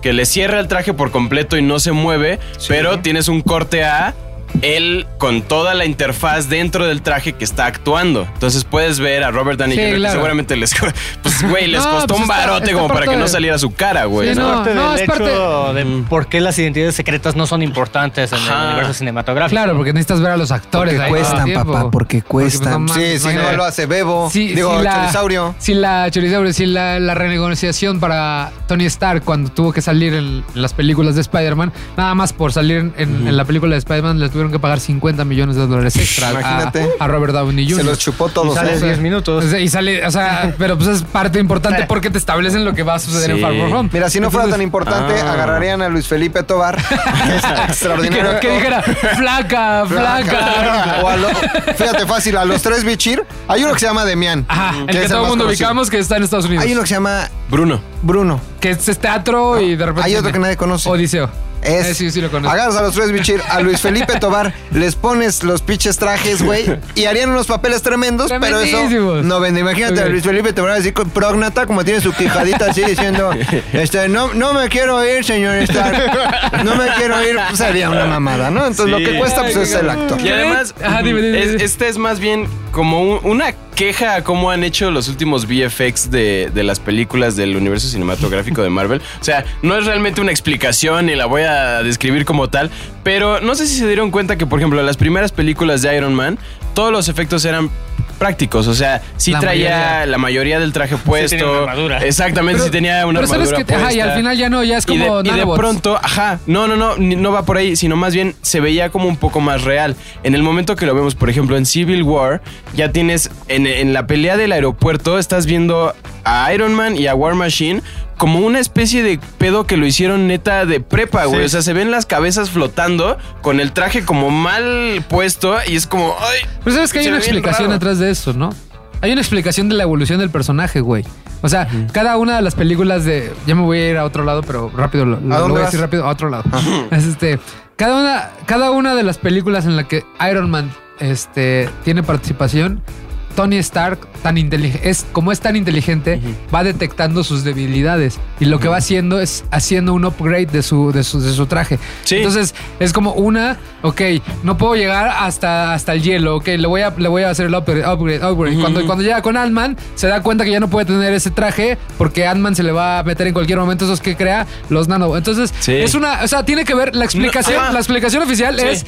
que le cierra el traje por completo y no se mueve, pero tienes un corte a él con toda la interfaz dentro del traje que está actuando. Entonces puedes ver a Robert Downey
Sí,
Jr. que
claro.
seguramente les, co- pues, güey, les
No,
costó
pues
un
está-
barote
está
como para
parte
que no
de-
saliera su cara, güey.
Sí,
¿no?
no.
parte del
es parte-
hecho de Mm. por qué las identidades secretas no son importantes en
Ajá.
el universo cinematográfico.
Claro, porque necesitas ver a los actores.
Porque
ahí todo
cuestan,
el tiempo.
papá, porque cuestan.
pues, no
sí,
mames,
si no
imagínate.
lo hace Bebo.
Sí,
digo,
sí, la-
Chorizaurio.
Sí, la Chorizaurio, sí, la, la renegociación para Tony Stark cuando tuvo que salir en las películas de Spider-Man, nada más por salir en, en- en la película de Spider-Man le tuvieron que pagar 50 millones de dólares extra a-
Imagínate.
A, Robert Downey
Se
Jr.
los chupó
Y
todos.
sales
¿eh?
10 minutos.
O sea, y sale, o sea, pero pues es parte importante porque te establecen lo que va a suceder en
Sí.
Far From Home.
Mira, si no fuera tan
Entonces,
importante,
Ah.
agarrarían a Luis Felipe Tobar. que es extraordinario.
que, que dijera, flaca, flaca.
O a lo- fíjate fácil, a los tres bichir. Hay uno que se llama Demián.
Ajá, el
es
que todo
más
el mundo
conocido.
ubicamos que está en Estados Unidos.
Hay uno que se llama
Bruno.
Bruno.
que es es teatro y de repente.
Hay otro que nadie conoce.
Odiseo.
Es,
Eh, sí, sí lo conozco.
Agarras a los tres bichir, a Luis Felipe Tobar, les pones los pinches trajes, güey, y harían unos papeles tremendos, pero eso
Tremendísimos.
no vende. Imagínate a
Ok.
Luis Felipe Tobar así con prógnata, como tiene su quijadita así diciendo, este, no, no me quiero ir, señor Stark, no me quiero ir, pues sería una mamada, ¿no? Entonces lo
Sí.
que cuesta pues,
Ay,
es el actor.
Y además,
Ajá, dime, dime,
es-
dime.
este es más bien como un- una queja a cómo han hecho los últimos VFX de, de las películas del universo cinematográfico de Marvel. O sea, no es realmente una explicación y la voy a describir como tal, pero no sé si se dieron cuenta que, por ejemplo, en las primeras películas de Iron Man, todos los efectos eran prácticos, o sea, sí
La
traía
mayoría.
la mayoría del traje puesto.
tenía una armadura.
Exactamente, sí tenía una
Pero
armadura
sabes que,
puesta.
ajá, y al final ya no, ya es
Y de-
como
y de,
nanobots.
pronto, ajá, no, no, no, ni- no va por ahí, sino más bien se veía como un poco más real. En el momento que lo vemos, por ejemplo, en Civil War, ya tienes en, en la pelea del aeropuerto, estás viendo a Iron Man y a War Machine como una especie de pedo que lo hicieron neta de prepa, güey.
Sí.
O sea, se ven las cabezas flotando con el traje como mal puesto y es como, ay.
Pero sabes que hay
se
una
ve bien
explicación
raro.
atrás de eso, ¿no? Hay una explicación de la evolución del personaje, güey. O sea, cada una de las películas de. Ya me voy a ir a otro lado, pero rápido lo, lo- lo
dónde
voy a
vas?
decir rápido a otro lado. Es este. Cada una, cada una de las películas en la que Iron Man este, tiene participación, Tony Stark, tan intelig- es, como es tan inteligente, va detectando sus debilidades. Y lo que va haciendo es haciendo un upgrade de su, de su, de su traje.
Sí.
Entonces, es como una, ok, no puedo llegar hasta, hasta el hielo, ok, le voy a, le voy a hacer el upgrade, upgrade, upgrade. cuando, cuando llega con Ant-Man, se da cuenta que ya no puede tener ese traje porque Ant-Man se le va a meter en cualquier momento esos que crea los nano. Entonces,
Sí.
es una, o sea, tiene que ver, la explicación,
ajá.
la explicación oficial
Sí.
es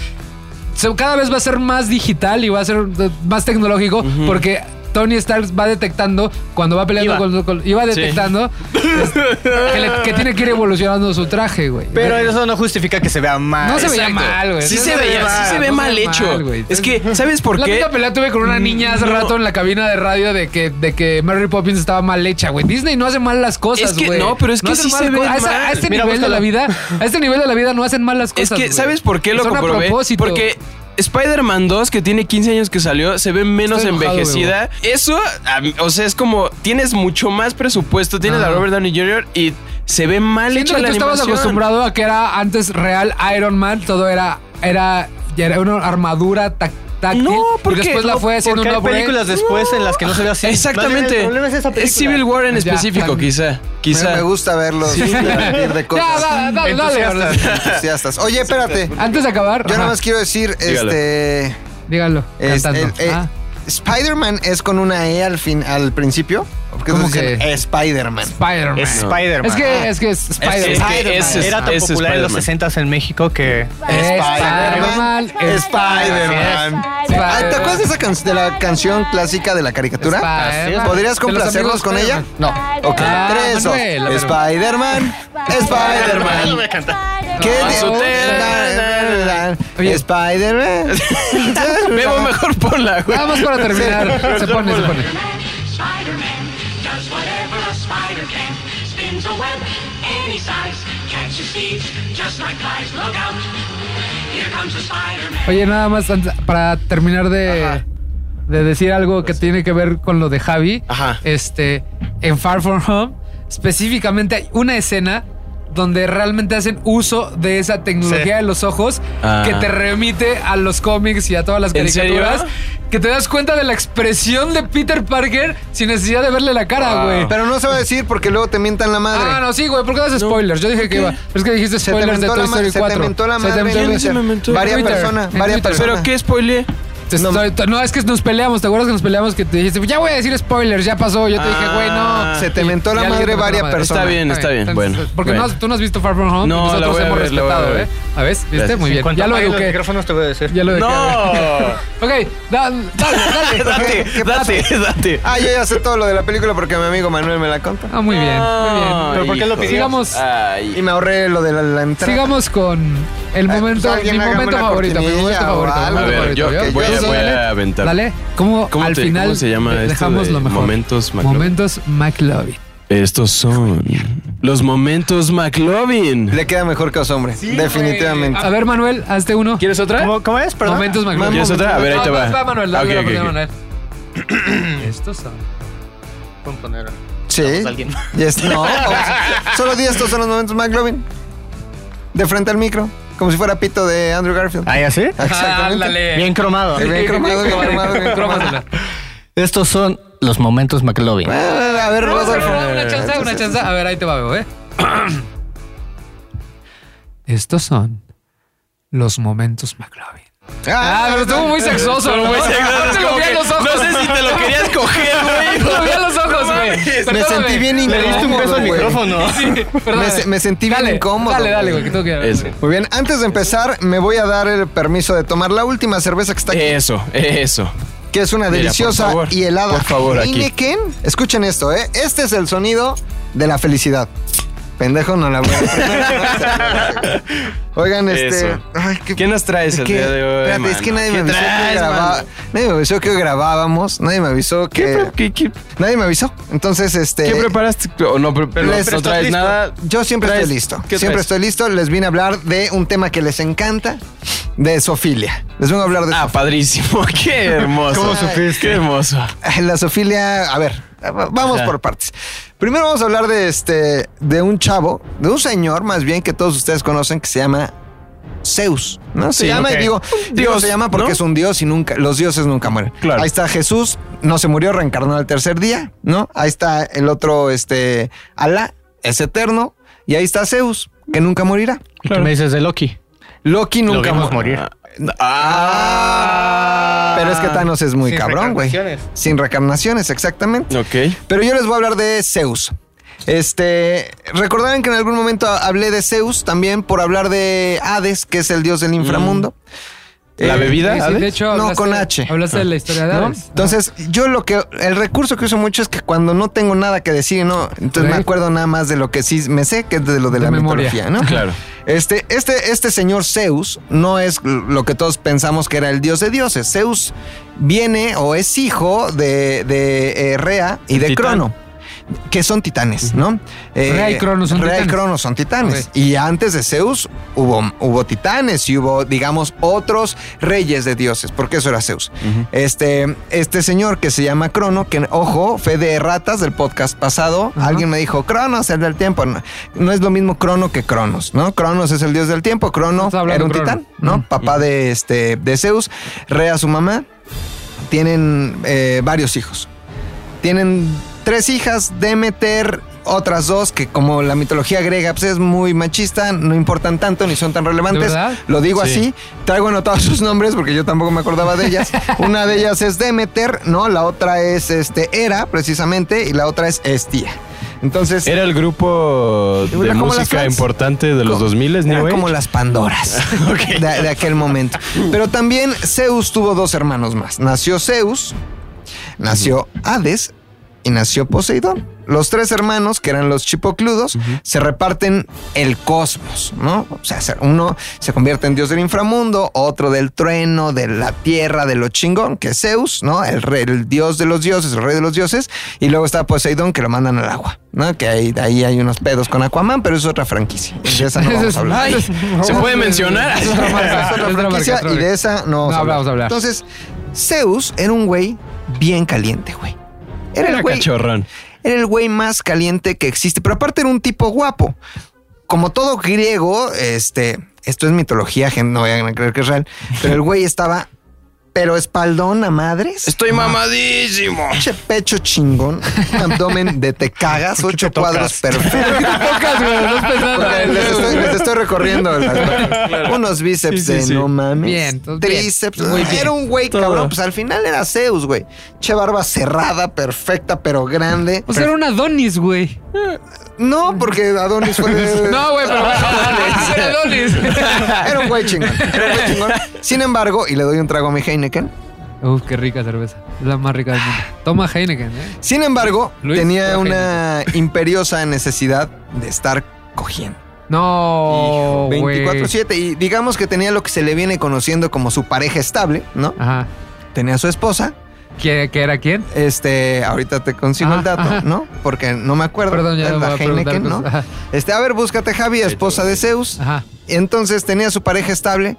se- cada vez va a ser más digital y va a ser eh, más tecnológico porque Tony Stark va detectando cuando va peleando
Iba.
con, con- iba detectando es- que, le- que tiene que ir evolucionando su traje, güey.
Pero eso no justifica que se vea mal.
No se veía
Exacto.
mal, güey.
Sí,
No
se, veía, sí se ve
no
mal
se ve
hecho.
mal, güey.
es que, ¿sabes por
la
qué?
misma pelea tuve con una niña hace
No.
rato en la cabina de radio de que, de que Mary Poppins estaba mal hecha, güey. Disney no hace mal las cosas,
Es que-
güey.
no, pero es que
hacen
sí
mal
se
co-
ven
a, esa- a
mal.
este
Mira,
nivel de la vida, a este nivel de la vida no hacen mal las cosas.
Es que,
güey.
¿sabes por qué lo
Son
comprobé?
A propósito.
Porque Spider-Man 2, que tiene 15 años que salió, se ve menos
Estoy enojado,
envejecida. Eso, a mí- o sea, es como tienes mucho más presupuesto, tienes
Ajá.
a Robert Downey Jr. y se ve mal
Siento
hecha
que
la
tú estabas
animación.
acostumbrado a que era antes real Iron Man, todo era era, ya era una armadura tac- táctil
No,
y
porque-
después la
no,
fue haciendo una
Porque hay películas después en las que no se ve así. Más bien,
Exactamente.
el problema es esa película.
Civil War en
Ah, Ya,
específico,
tan-
quizá.
Me,
Quizá.
me gusta verlos debatir de
Ya,
cosas.
va, dale, dale,
Entusiastas.
Orlando.
entusiastas. Oye, espérate.
Antes de acabar,
Yo nada
ajá,
más quiero decir,
Dígalo.
este...
dígalo
Es-
cantando.
el- eh,
Ah,
Spider-Man es con una E al fin, al principio. ¿Por qué no
¿Cómo
dicen
que?
Spider-Man?
Spider-Man.
Es Spider-Man.
Es que es, que es Spider-Man.
Es que ese es-
Era tan
ese es
popular en los
Spider-Man.
60 en México que
Spider-Man.
Spider-Man.
Spider-Man. Ah, ¿Te acuerdas de, esa can- de la canción clásica de la caricatura?
Spider-Man.
¿Podrías
De los
complacernos
amigos
con ella?
Spider-Man. No.
Ok,
Ah,
tres. dos.
Manuel, a ver.
Spider-Man.
Spider-Man.
Spider-Man. ¿Qué
No,
di-
su
tela.
Oye.
Spider-Man.
Bebo, mejor ponla, güey.
Nada más para terminar. Se pone, se pone.
Spider-Man does whatever a spider can. Spins a web any size, catches thieves just like flies. Look out! Here comes a Spider-Man.
Oye, nada más antes- para terminar de, de decir algo que tiene que ver con lo de Javi.
Pues Ajá.
Este, en Far From Home, específicamente hay una escena donde realmente hacen uso de esa tecnología de los ojos
Ah.
que te remite a los cómics y a todas las
¿En serio?
caricaturas. Que te das cuenta de la expresión de Peter Parker sin necesidad de verle la cara,
Wow.
güey.
Pero no se va a decir porque luego te mientan la madre.
Ah, no, sí, güey, ¿por qué das spoilers? Yo dije que iba. Pero es que dijiste
Se te
spoilers de
mentó
Toy
la,
Story
madre. se
4.
te mentó la
Se te
madre.
mentó-
¿Quién se me mentó?
Varias
En Twitter,
personas.
en
Varias
Twitter.
personas.
¿Pero qué spoileé?
Te
No.
estoy- no, es que nos peleamos, ¿te acuerdas que nos peleamos? Que te dijiste, ya voy a decir spoilers, ya pasó. Yo te dije, güey, no.
Ah,
Se te
Y-
mentó
y
la
alguien te
madre
mentó
varias
la madre.
personas.
Está bien, está bien. Bueno.
Porque
bueno.
no, tú no has visto Far From Home.
No, la
nosotros
voy a
hemos
ver, la voy a
respetado,
ver.
¿eh? A ver, ¿viste?
Gracias.
Muy bien. Ya lo
apague los
eduqué.
micrófonos te voy a decir.
Ya lo eduqué.
¡No!
Ok, da- dale, dale.
Date, date, date.
Ah, yo ya sé todo lo de la película porque mi amigo Manuel me la contó.
Ah, muy bien, muy bien.
¿Pero por qué lo pidió?
Sigamos.
Ah,
Y
Ay.
me ahorré lo de la, la entrada.
Sigamos con el
pues,
momento,
alguien
mi
hágame
momento
una
favorito, mi momento
cortinilla o
favorito. mi
algo. A
momento
ver,
favorito,
yo-
¿vio?
voy a-
Eso,
voy a
dale,
aventar.
Dale, ¿cómo,
¿Cómo
al
te-
final
cómo se llama
de-
esto
dejamos
de
lo mejor?
momentos McLovin?
Momentos McLovin.
Estos son los momentos McLovin.
Le queda mejor que a los hombres. definitivamente.
A ver, Manuel, hazte uno.
¿Quieres otra?
¿Cómo, cómo es? Perdón.
Momentos McLovin.
¿Quieres otra? A ver, ahí te
No,
va.
vas, Manuel,
Ah,
dale,
ok,
la primera,
ok, ok.
Manuel. Estos son.
Sí.
alguien.
Ya está. No, vamos. solo di estos son los momentos McLovin. De frente al micro, como si fuera pito de Andrew Garfield.
¿Ah, ya sí?
Exactamente.
Ándale.
Bien cromado.
Sí. Bien cromado, bien cromado, bien cromado.
Crómasela.
Estos son los momentos McLovin.
Ah, a ver,
Vamos a ver,
Rodolfo.
Una chanza, una chanza. A ver, ahí te va, bebo, ¿eh? Estos son los momentos McLovin. Ah, pero estuvo muy sexoso. ¿no?
Güey, se-
No
es
te lo
como
vi a
que-
los ojos.
No sé si te lo querías coger, güey.
No te lo vi a los ojos, güey.
Me
Perdóname.
sentí bien incómodo.
Le diste un peso al
güey.
micrófono.
Perdóname.
Me se- me sentí bien
Dale,
incómodo,
Dale, dale,
güey.
güey. que tengo que-
Ese.
Muy bien, antes de empezar, me voy a dar el permiso de tomar la última cerveza que está aquí,
Eso, eso.
que es una
Mira,
deliciosa
por favor,
y helada.
por favor, aquí.
Heineken. Escuchen esto, ¿eh? Este es el sonido de la felicidad. Pendejo, no la voy a aprender. Oigan, este.
Eso.
ay, qué-
¿Qué nos traes el
¿Qué?
día de hoy?
Espérate, es que
mano?
nadie
¿Qué
me, avisó que
traes,
grababa-
mano?
nadie me avisó que grabábamos, nadie me avisó que...
¿Qué, qué-
Nadie me avisó. Entonces, este...
qué preparaste? O no, pre- no,
les- Pues,
no traes nada.
Yo siempre
¿Traes?
estoy listo.
¿Qué
Siempre
traes?
estoy listo. Les vine a hablar de un tema que les encanta, de zoofilia. Les vengo a hablar de...
Ah, padrísimo. Qué hermoso.
¿Cómo supiste?
Qué hermoso.
La zoofilia, a ver, vamos
Ajá.
por partes. Primero vamos a hablar de este, de un chavo, de un señor más bien que todos ustedes conocen que se llama Zeus, ¿no? Se
Sí,
llama
ok.
y digo,
Un
digo,
dios,
se llama porque
¿no?
es un dios y nunca, los dioses nunca mueren.
Claro.
Ahí está Jesús, no se murió, reencarnó al tercer día, ¿no? Ahí está el otro, este, Alá, es eterno, y ahí está Zeus, que nunca morirá.
¿Qué me dices de Loki?
Loki
Lo
nunca
vimos
mu-
morir.
Ah, pero es que Thanos es muy
Sin
cabrón, güey.
reencarnaciones.
Sin recarnaciones, exactamente.
Ok.
Pero yo les voy a hablar de Zeus. Este, recordarán que en algún momento hablé de Zeus también por hablar de Hades, que es el dios del inframundo.
¿La
Mm.
Eh,
bebida?
Sí, sí,
¿Hades?
de hecho,
No,
hablaste-
con H.
Hablaste de la historia de
¿no?
Hades.
Entonces, yo lo que el recurso que uso mucho es que cuando no tengo nada que decir, no, entonces
Ok.
me acuerdo nada más de lo que sí me sé, que es de lo de,
De
la
memoria.
mitología, ¿no?
Claro.
Este, este, este señor Zeus no es lo que todos pensamos que era el dios de dioses. Zeus viene o es hijo de, de, eh, Rea y
El
de
titán.
Crono. Que son titanes, ¿no? Eh,
Rea y Crono son
Rea y
titanes.
Crono son titanes. Y antes de Zeus hubo, hubo titanes y hubo, digamos, otros reyes de dioses, porque eso era Zeus. Este, este señor que se llama Crono, que ojo, fue de ratas del podcast pasado.
Ajá.
Alguien me dijo, Cronos, el del tiempo. No, no es lo mismo Crono que Cronos, ¿no? Cronos es el dios del tiempo, Crono
Estás hablando
era un
de Crono.
titán, ¿no? Papá de, este, de Zeus, Rea su mamá. Tienen eh, varios hijos. Tienen tres hijas, Demeter otras dos que como la mitología griega pues, es muy machista, no importan tanto ni son tan relevantes.
verdad?
Lo digo
Sí.
así. Traigo anotados sus nombres porque yo tampoco me acordaba de ellas. Una de ellas es Demeter, ¿no? La otra es este Hera, precisamente, y la otra es Estia. Entonces,
Era el grupo
Era
de
como las
música
Flans.
importante de los
Co-
2000,
eran
¿no?
como las Pandoras de, de aquel momento. Pero también Zeus tuvo dos hermanos más. Nació Zeus, nació Hades y nació Poseidón. Los tres hermanos, que eran los chipocludos, se reparten el cosmos, ¿no? O sea, se- uno se convierte en dios del inframundo, otro del trueno, de la tierra, de lo chingón, que es Zeus, ¿no? El, rey- el dios de los dioses, el rey de los dioses. Y luego está Poseidón, que lo mandan al agua, ¿no? Que ahí, ahí hay unos pedos con Aquaman, pero es otra franquicia. De esa no
Ese
vamos
es-
a hablar.
Ay,
¿se
no,
puede
es-
mencionar?
Es otra marca,
Es otra
es otra
franquicia
marca,
y de
otra-
esa no,
No, vamos a hablar.
Entonces, Zeus era un güey bien caliente, güey. Era el
Era
güey,
cachorrón.
era el güey más caliente que existe, pero aparte era un tipo guapo. Como todo griego, este, esto es mitología, gente, no vayan a creer que es real, pero el güey estaba pero espaldón a madres.
Estoy mamadísimo.
Pinche pecho chingón, abdomen de te cagas, ocho cuadros perfectos.
Pocas, güey, no estás pensando en
Les
eso,
estoy,
güey.
les estoy recorriendo las- unos bíceps
Sí, sí,
de
sí.
no mames.
Bien, pues, bien.
Tríceps.
Muy bien.
Era un güey
Todo.
cabrón. Pues al final era Zeus, güey. Che barba cerrada, perfecta, pero grande.
O sea, Pues era un Adonis, güey.
No, porque Adonis fue.
No, güey, pero era Adonis.
Era un güey chingón. Era un güey chingón. Sin embargo, y le doy un trago a mi Heineken.
Uf, qué rica cerveza. Es la más rica del mundo. Toma Heineken, ¿eh?
Sin embargo,
Luis,
tenía
trago
una imperiosa necesidad de estar cogiendo.
No, Oh, güey.
24-7. Y digamos que tenía lo que se le viene conociendo como su pareja estable, ¿no?
Ajá.
Tenía a su esposa.
¿Qué, qué era quién?
Este, ahorita te consigo
Ah,
el dato,
ajá.
¿no? Porque no me acuerdo.
Perdón, ya
Es
me voy
la
a preguntar.
Heineken, ¿no?
cosas. Ajá.
Este, a ver, búscate Javi, esposa de Zeus.
Ajá.
Entonces tenía su pareja estable,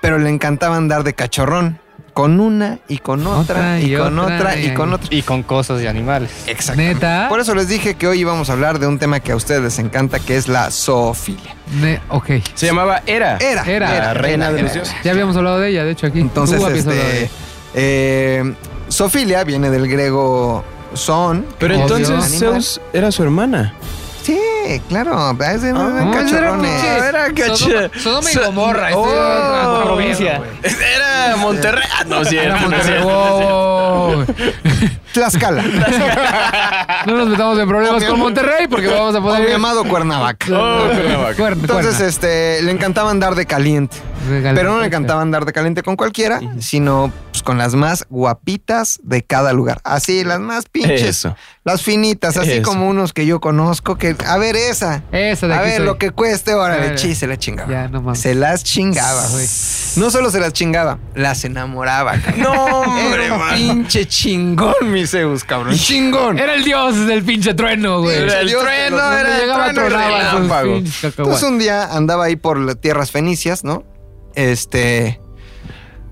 pero le encantaba andar de cachorrón. Con una y con otra,
Otra
y,
y
con
otra,
otra, y
y-
con otra.
Y con cosas y animales.
Eh,
Exactamente.
Neta.
Por eso les dije que hoy íbamos a hablar de un tema que a ustedes les encanta, que es la zoofilia.
Ne- ok.
Se llamaba Era.
Era,
Era. La
reina de los
era.
dioses.
Ya habíamos hablado de ella, de hecho, aquí.
Entonces,
Tú habías hablado de
este,
ella.
eh, zoofilia viene del griego zoon.
Pero
Obvio.
entonces
Animal.
Zeus era su hermana.
Sí, claro. Es de,
Ah,
eran cachorrones.
pinche
era
Sodoma,
caché.
Sodoma y
So-
Gomorra. este
Oh,
era otro pedo,
provincia.
güey.
Era Monterrey. Ah, No, sí,
Era
era
Monterrey.
Monterrey.
Wow.
Tlaxcala.
No nos metamos en problemas con Monterrey porque vamos a
o Oh, mi
poder.
amado Cuernavaca.
Oh,
Cuerna,
Cuernavaca.
cuerna.
Entonces, este, le encantaba andar de caliente.
Regálame.
Pero no le encantaba andar de caliente con cualquiera, sino pues, con las más guapitas de cada lugar. Así, las más pinches.
Eh,
Eso.
Las finitas, así
Eso.
como unos que yo conozco. que A ver, esa.
Esa de
A
aquí
ver,
soy.
lo que cueste,
Órale.
órale, chi, se la chingaba.
Ya, no mames.
Se las chingaba, güey. No solo se las chingaba, las enamoraba. cabrón.
No, hombre,
Era un
mano.
pinche chingón, mi Zeus, cabrón. Chingón.
Era el dios del pinche trueno, güey.
Era el
Dios de
trueno,
los-
era
Cuando
el
llegaba
trueno y el
tronaba sus
relámpago.
pinches cacahuates.
Entonces Pues un día andaba ahí por las tierras fenicias, ¿no? Este.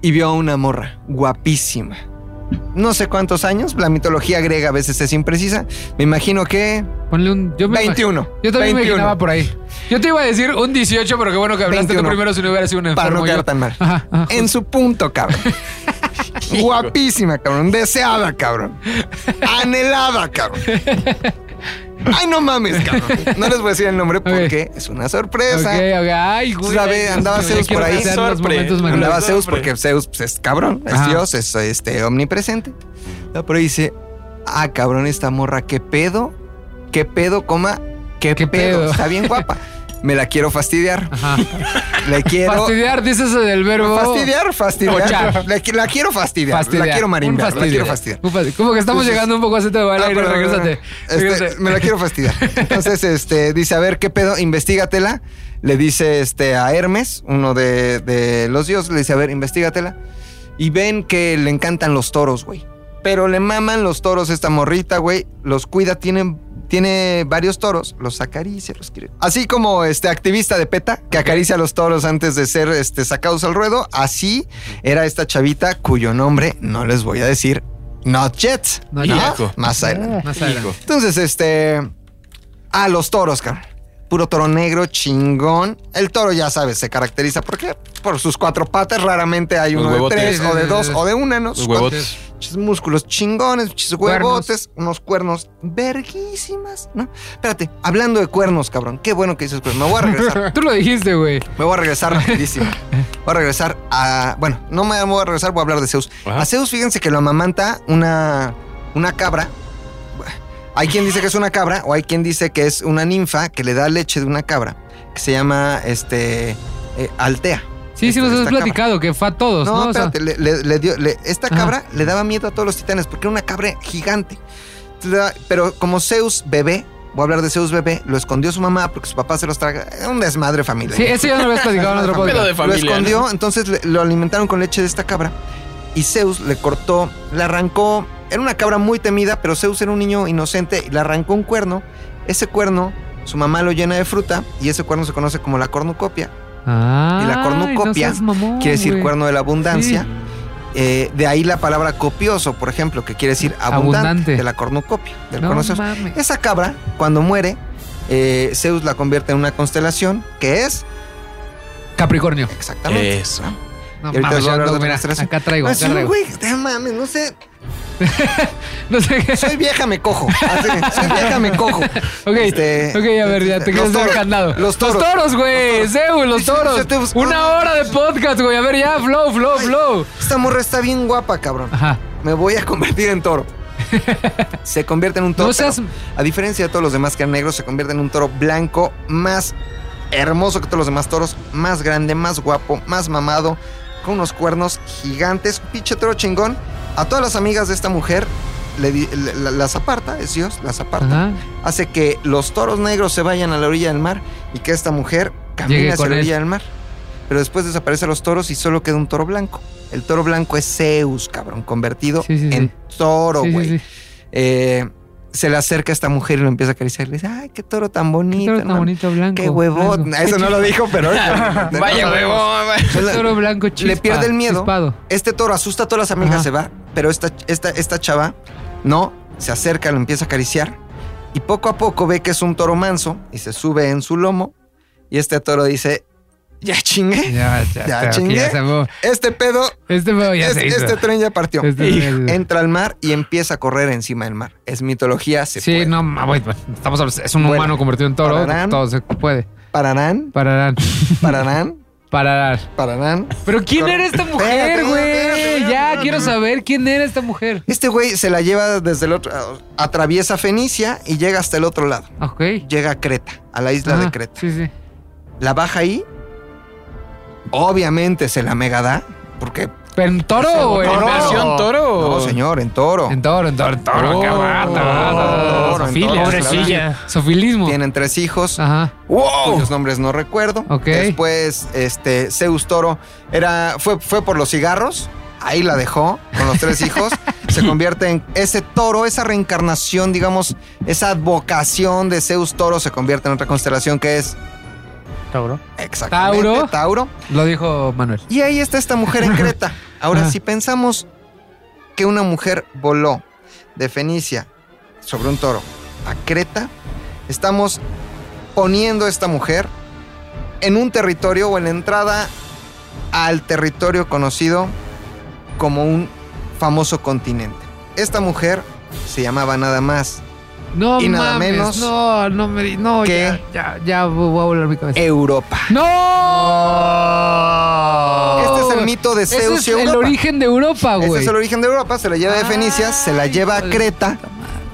Y vio a una morra guapísima. No sé cuántos años, la mitología griega a veces es imprecisa. Me imagino que.
Ponle un. Yo me
21.
imag- Yo también me
21.
imaginaba por ahí. Yo te iba a decir un 18, pero qué bueno que hablaste tú
21.
primero si no hubiera sido un enfermo.
Para no
yo.
quedar tan mal.
Ajá, ajá.
En su punto, cabrón. Guapísima, cabrón. Deseada, cabrón. Anhelada, cabrón. Ay, no mames, cabrón. No les voy a decir el nombre porque es una sorpresa.
Ok, ok. Ay, güey.
Pues, a ver, andaba
Yo
Zeus
quiero
por ahí.
que sean los
Sorpre.
momentos
Andaba
Andaba
magníficos.
Zeus
hombre.
porque Zeus pues, es cabrón, es
Ajá.
Dios, es este, omnipresente. No, Pero dice, ah, cabrón, esta morra, qué pedo, qué pedo, coma, qué,
¿Qué
pedo?
pedo?
está bien guapa. Me la quiero fastidiar,
Ajá.
le quiero...
Fastidiar, dices del verbo.
Fastidiar, fastidiar.
Mochar.
Le qui- la quiero fastidiar,
Fastidiar.
la quiero
Un
marimbar, la
fastidio.
quiero fastidiar.
Un fastidio. Como que estamos
Entonces-
llegando un poco a este de
Ah,
baile.
perdón,
regrésate.
perdón. Este,
Regrésate.
me la quiero fastidiar. Entonces, este, dice, a ver, ¿qué pedo? Investígatela. Le dice este, a Hermes, uno de, de los dioses, le dice, a ver, investigatela. Y ven que le encantan los toros, güey. Pero le maman los toros a esta morrita, güey. Los cuida, tiene, tiene varios toros, los acaricia, los quiere. Así como este activista de PETA, que acaricia a los toros antes de ser este, sacados al ruedo, así era esta chavita cuyo nombre no les voy a decir. Not yet. ¿no?
Not
yet.
Más adelante.
Más adelante.
Entonces, este. A los toros, cabrón. Puro toro negro, chingón. El toro, ya sabes, se caracteriza porque por sus cuatro patas raramente hay
Los
uno de
huevotes.
tres, o de dos, o de una, ¿no?
Los
Sus cuatro-
huevotes.
pinches músculos chingones, pinches
Cuernos.
huevotes, unos cuernos verguísimas, ¿no? Espérate, hablando de cuernos, cabrón, qué bueno que dices cuernos. Me voy a regresar,
Tú lo dijiste, güey.
me voy a regresar rapidísimo. Voy a regresar a. Bueno, no me voy a regresar, voy a hablar de Zeus.
Ajá.
A Zeus, fíjense que lo amamanta una, una cabra. Hay quien dice que es una cabra o hay quien dice que es una ninfa que le da leche de una cabra, que se llama este eh, Altea.
Sí, sí,
Esta-
nos has
esta cabra.
platicado que fue a todos,
Este,
¿no?
No,
O sea,
espérate, le, le- le dio, le- esta
Ajá.
cabra le daba miedo a todos los titanes porque era una cabra gigante. Entonces, le daba- Pero como Zeus bebé, voy a hablar de Zeus bebé, lo escondió su mamá porque su papá se los traga. Era un desmadre familiar.
sí, eso ya no lo habías platicado en otro
Pedo
Pedo
podcast.
de familia.
Lo escondió, entonces le- lo alimentaron con leche de esta cabra. Y Zeus le cortó, le arrancó. Era una cabra muy temida, pero Zeus era un niño inocente y le arrancó un cuerno. Ese cuerno, su mamá lo llena de fruta y ese cuerno se conoce como la cornucopia.
Ah,
Y la cornucopia Quiere decir cuerno de la abundancia. Eh, de ahí la palabra copioso, por ejemplo, que quiere decir abundante,
Abundante.
de la cornucopia. Del
No
cuerno de Zeus.
mames.
Esa cabra, cuando muere, eh, Zeus la convierte en una constelación que es
Capricornio.
exactamente.
Eso.
¿no?
No,
Y ahorita voy
mames,
a
ya
hablar
ando,
de
mira,
administración.
acá traigo,
Ah,
acá
sí,
traigo.
güey, no mames, no sé.
No sé qué.
Soy vieja, me cojo. Así, soy vieja, me cojo.
Ok,
Este,
ok, a ver, ya te
los
quedas
toros,
candado.
los toros.
Los toros, güey. Zeus, los
Sí, sí, sí,
toros.
te busco.
Una hora de podcast, güey. A ver, ya, flow, flow,
Ay.
flow.
Esta morra está bien guapa, cabrón.
Ajá.
Me voy a convertir en toro. Se convierte en un toro.
No seas-
pero, a diferencia de todos los demás que eran negros, se convierte en un toro blanco más hermoso que todos los demás toros, más grande, más guapo, más mamado, con unos cuernos gigantes, un pinche toro chingón. A todas las amigas de esta mujer le di- la- la- las aparta, es Dios, las aparta.
Ajá.
hace que los toros negros se vayan a la orilla del mar y que esta mujer
Llegue
camine hacia
con
la
él.
orilla del mar. Pero después desaparecen los toros y solo queda un toro blanco. El toro blanco es Zeus, cabrón, convertido
Sí, sí, sí.
en toro,
Sí, sí,
güey.
sí.
Eh, se le acerca a esta mujer y lo empieza a acariciar. Y le dice, ay, qué toro tan bonito.
Qué toro tan
hermano.
bonito blanco.
Qué huevón.
blanco.
Eso no lo dijo, pero...
Vaya huevón. vaya.
Qué toro blanco chispa,
Le pierde el miedo.
Chispado.
Este toro asusta a todas las amigas,
Ajá.
se va, pero esta, esta, esta chava no, se acerca, lo empieza a acariciar y poco a poco ve que es un toro manso y se sube en su lomo y este toro dice, ya chingué,
Ya,
Ya
ya, ya,
chingué.
ya se armó.
este pedo,
Este pedo ya
es-
se hizo.
este tren ya partió.
Este pedo ya se hizo.
Entra al mar y empieza a correr encima del mar. Es mitología, se
Sí,
puede.
no, ma- güey, pues, estamos, hab- es un
Vuela.
humano convertido en toro.
Pararán.
Todo se puede.
Pararán,
Pararán.
pararán,
Pararán.
pararán.
Pero ¿quién
Corre.
era esta
Espérate,
mujer,
espérate,
güey? Ya,
espérate.
quiero saber quién era esta mujer.
Este güey se la lleva desde el otro, atraviesa Fenicia y llega hasta el otro lado.
Ok.
Llega a Creta, a la isla de
Ah,
Creta.
Sí, sí.
La baja ahí. Obviamente se la mega da. Porque,
Pero en toro, güey.
Toro.
¿Versión toro?
no, señor, en toro.
En toro, en toro, en toro.
Oh,
cabrón,
toro, en
Sofilia.
toro,
Pobrecilla.
Sofilismo.
Tienen tres hijos.
Ajá.
Cuyos nombres no recuerdo.
Ah. Ok.
Después, este, Zeus Toro era, fue, fue por los cigarros. Ahí la dejó con los tres hijos. Se convierte en ese toro, esa reencarnación, digamos, esa advocación de Zeus Toro se convierte en otra constelación que es
Tauro.
exactamente
Tauro.
Tauro.
Lo dijo Manuel.
Y ahí está esta mujer en Creta. Ahora,
Ajá.
si pensamos que una mujer voló de Fenicia sobre un toro a Creta, estamos poniendo a esta mujer en un territorio o en la entrada al territorio conocido como un famoso continente. Esta mujer se llamaba nada más
No
Y nada
mames,
menos
no, no me di- no,
que- Eh,
ya, ya, ya voy a volar mi cabeza.
Europa.
¡No!
Este es el mito de
Oh, Ese
Zeus
es
y
el
Europa.
origen de Europa, güey.
Ese es el origen de Europa, se la lleva de Fenicia, se la
Ay,
lleva a
hijo de
Creta.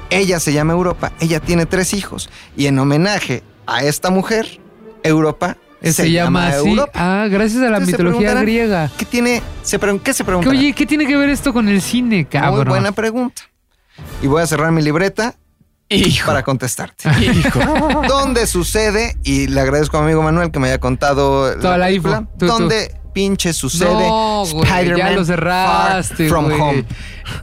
Ella se llama Europa, ella tiene tres hijos. Y en homenaje a esta mujer, Europa
Se, llama así.
Europa.
Ah, gracias a la
Entonces se
mitología
preguntarán,
griega.
¿Qué tiene? Se pregun- ¿Qué se
Que,
pregunta?
oye, ¿qué tiene que ver esto con el cine, cabrón?
Muy buena pregunta. Y voy a cerrar mi libreta para contestarte. ¿Dónde sucede? Y le agradezco a mi amigo Manuel que me haya contado
Toda la
película.
info. Tú, tú.
¿Dónde pinche sucede
No, güey, ya
Spider-Man
lo
Far
cerraste,
From
güey.
Home?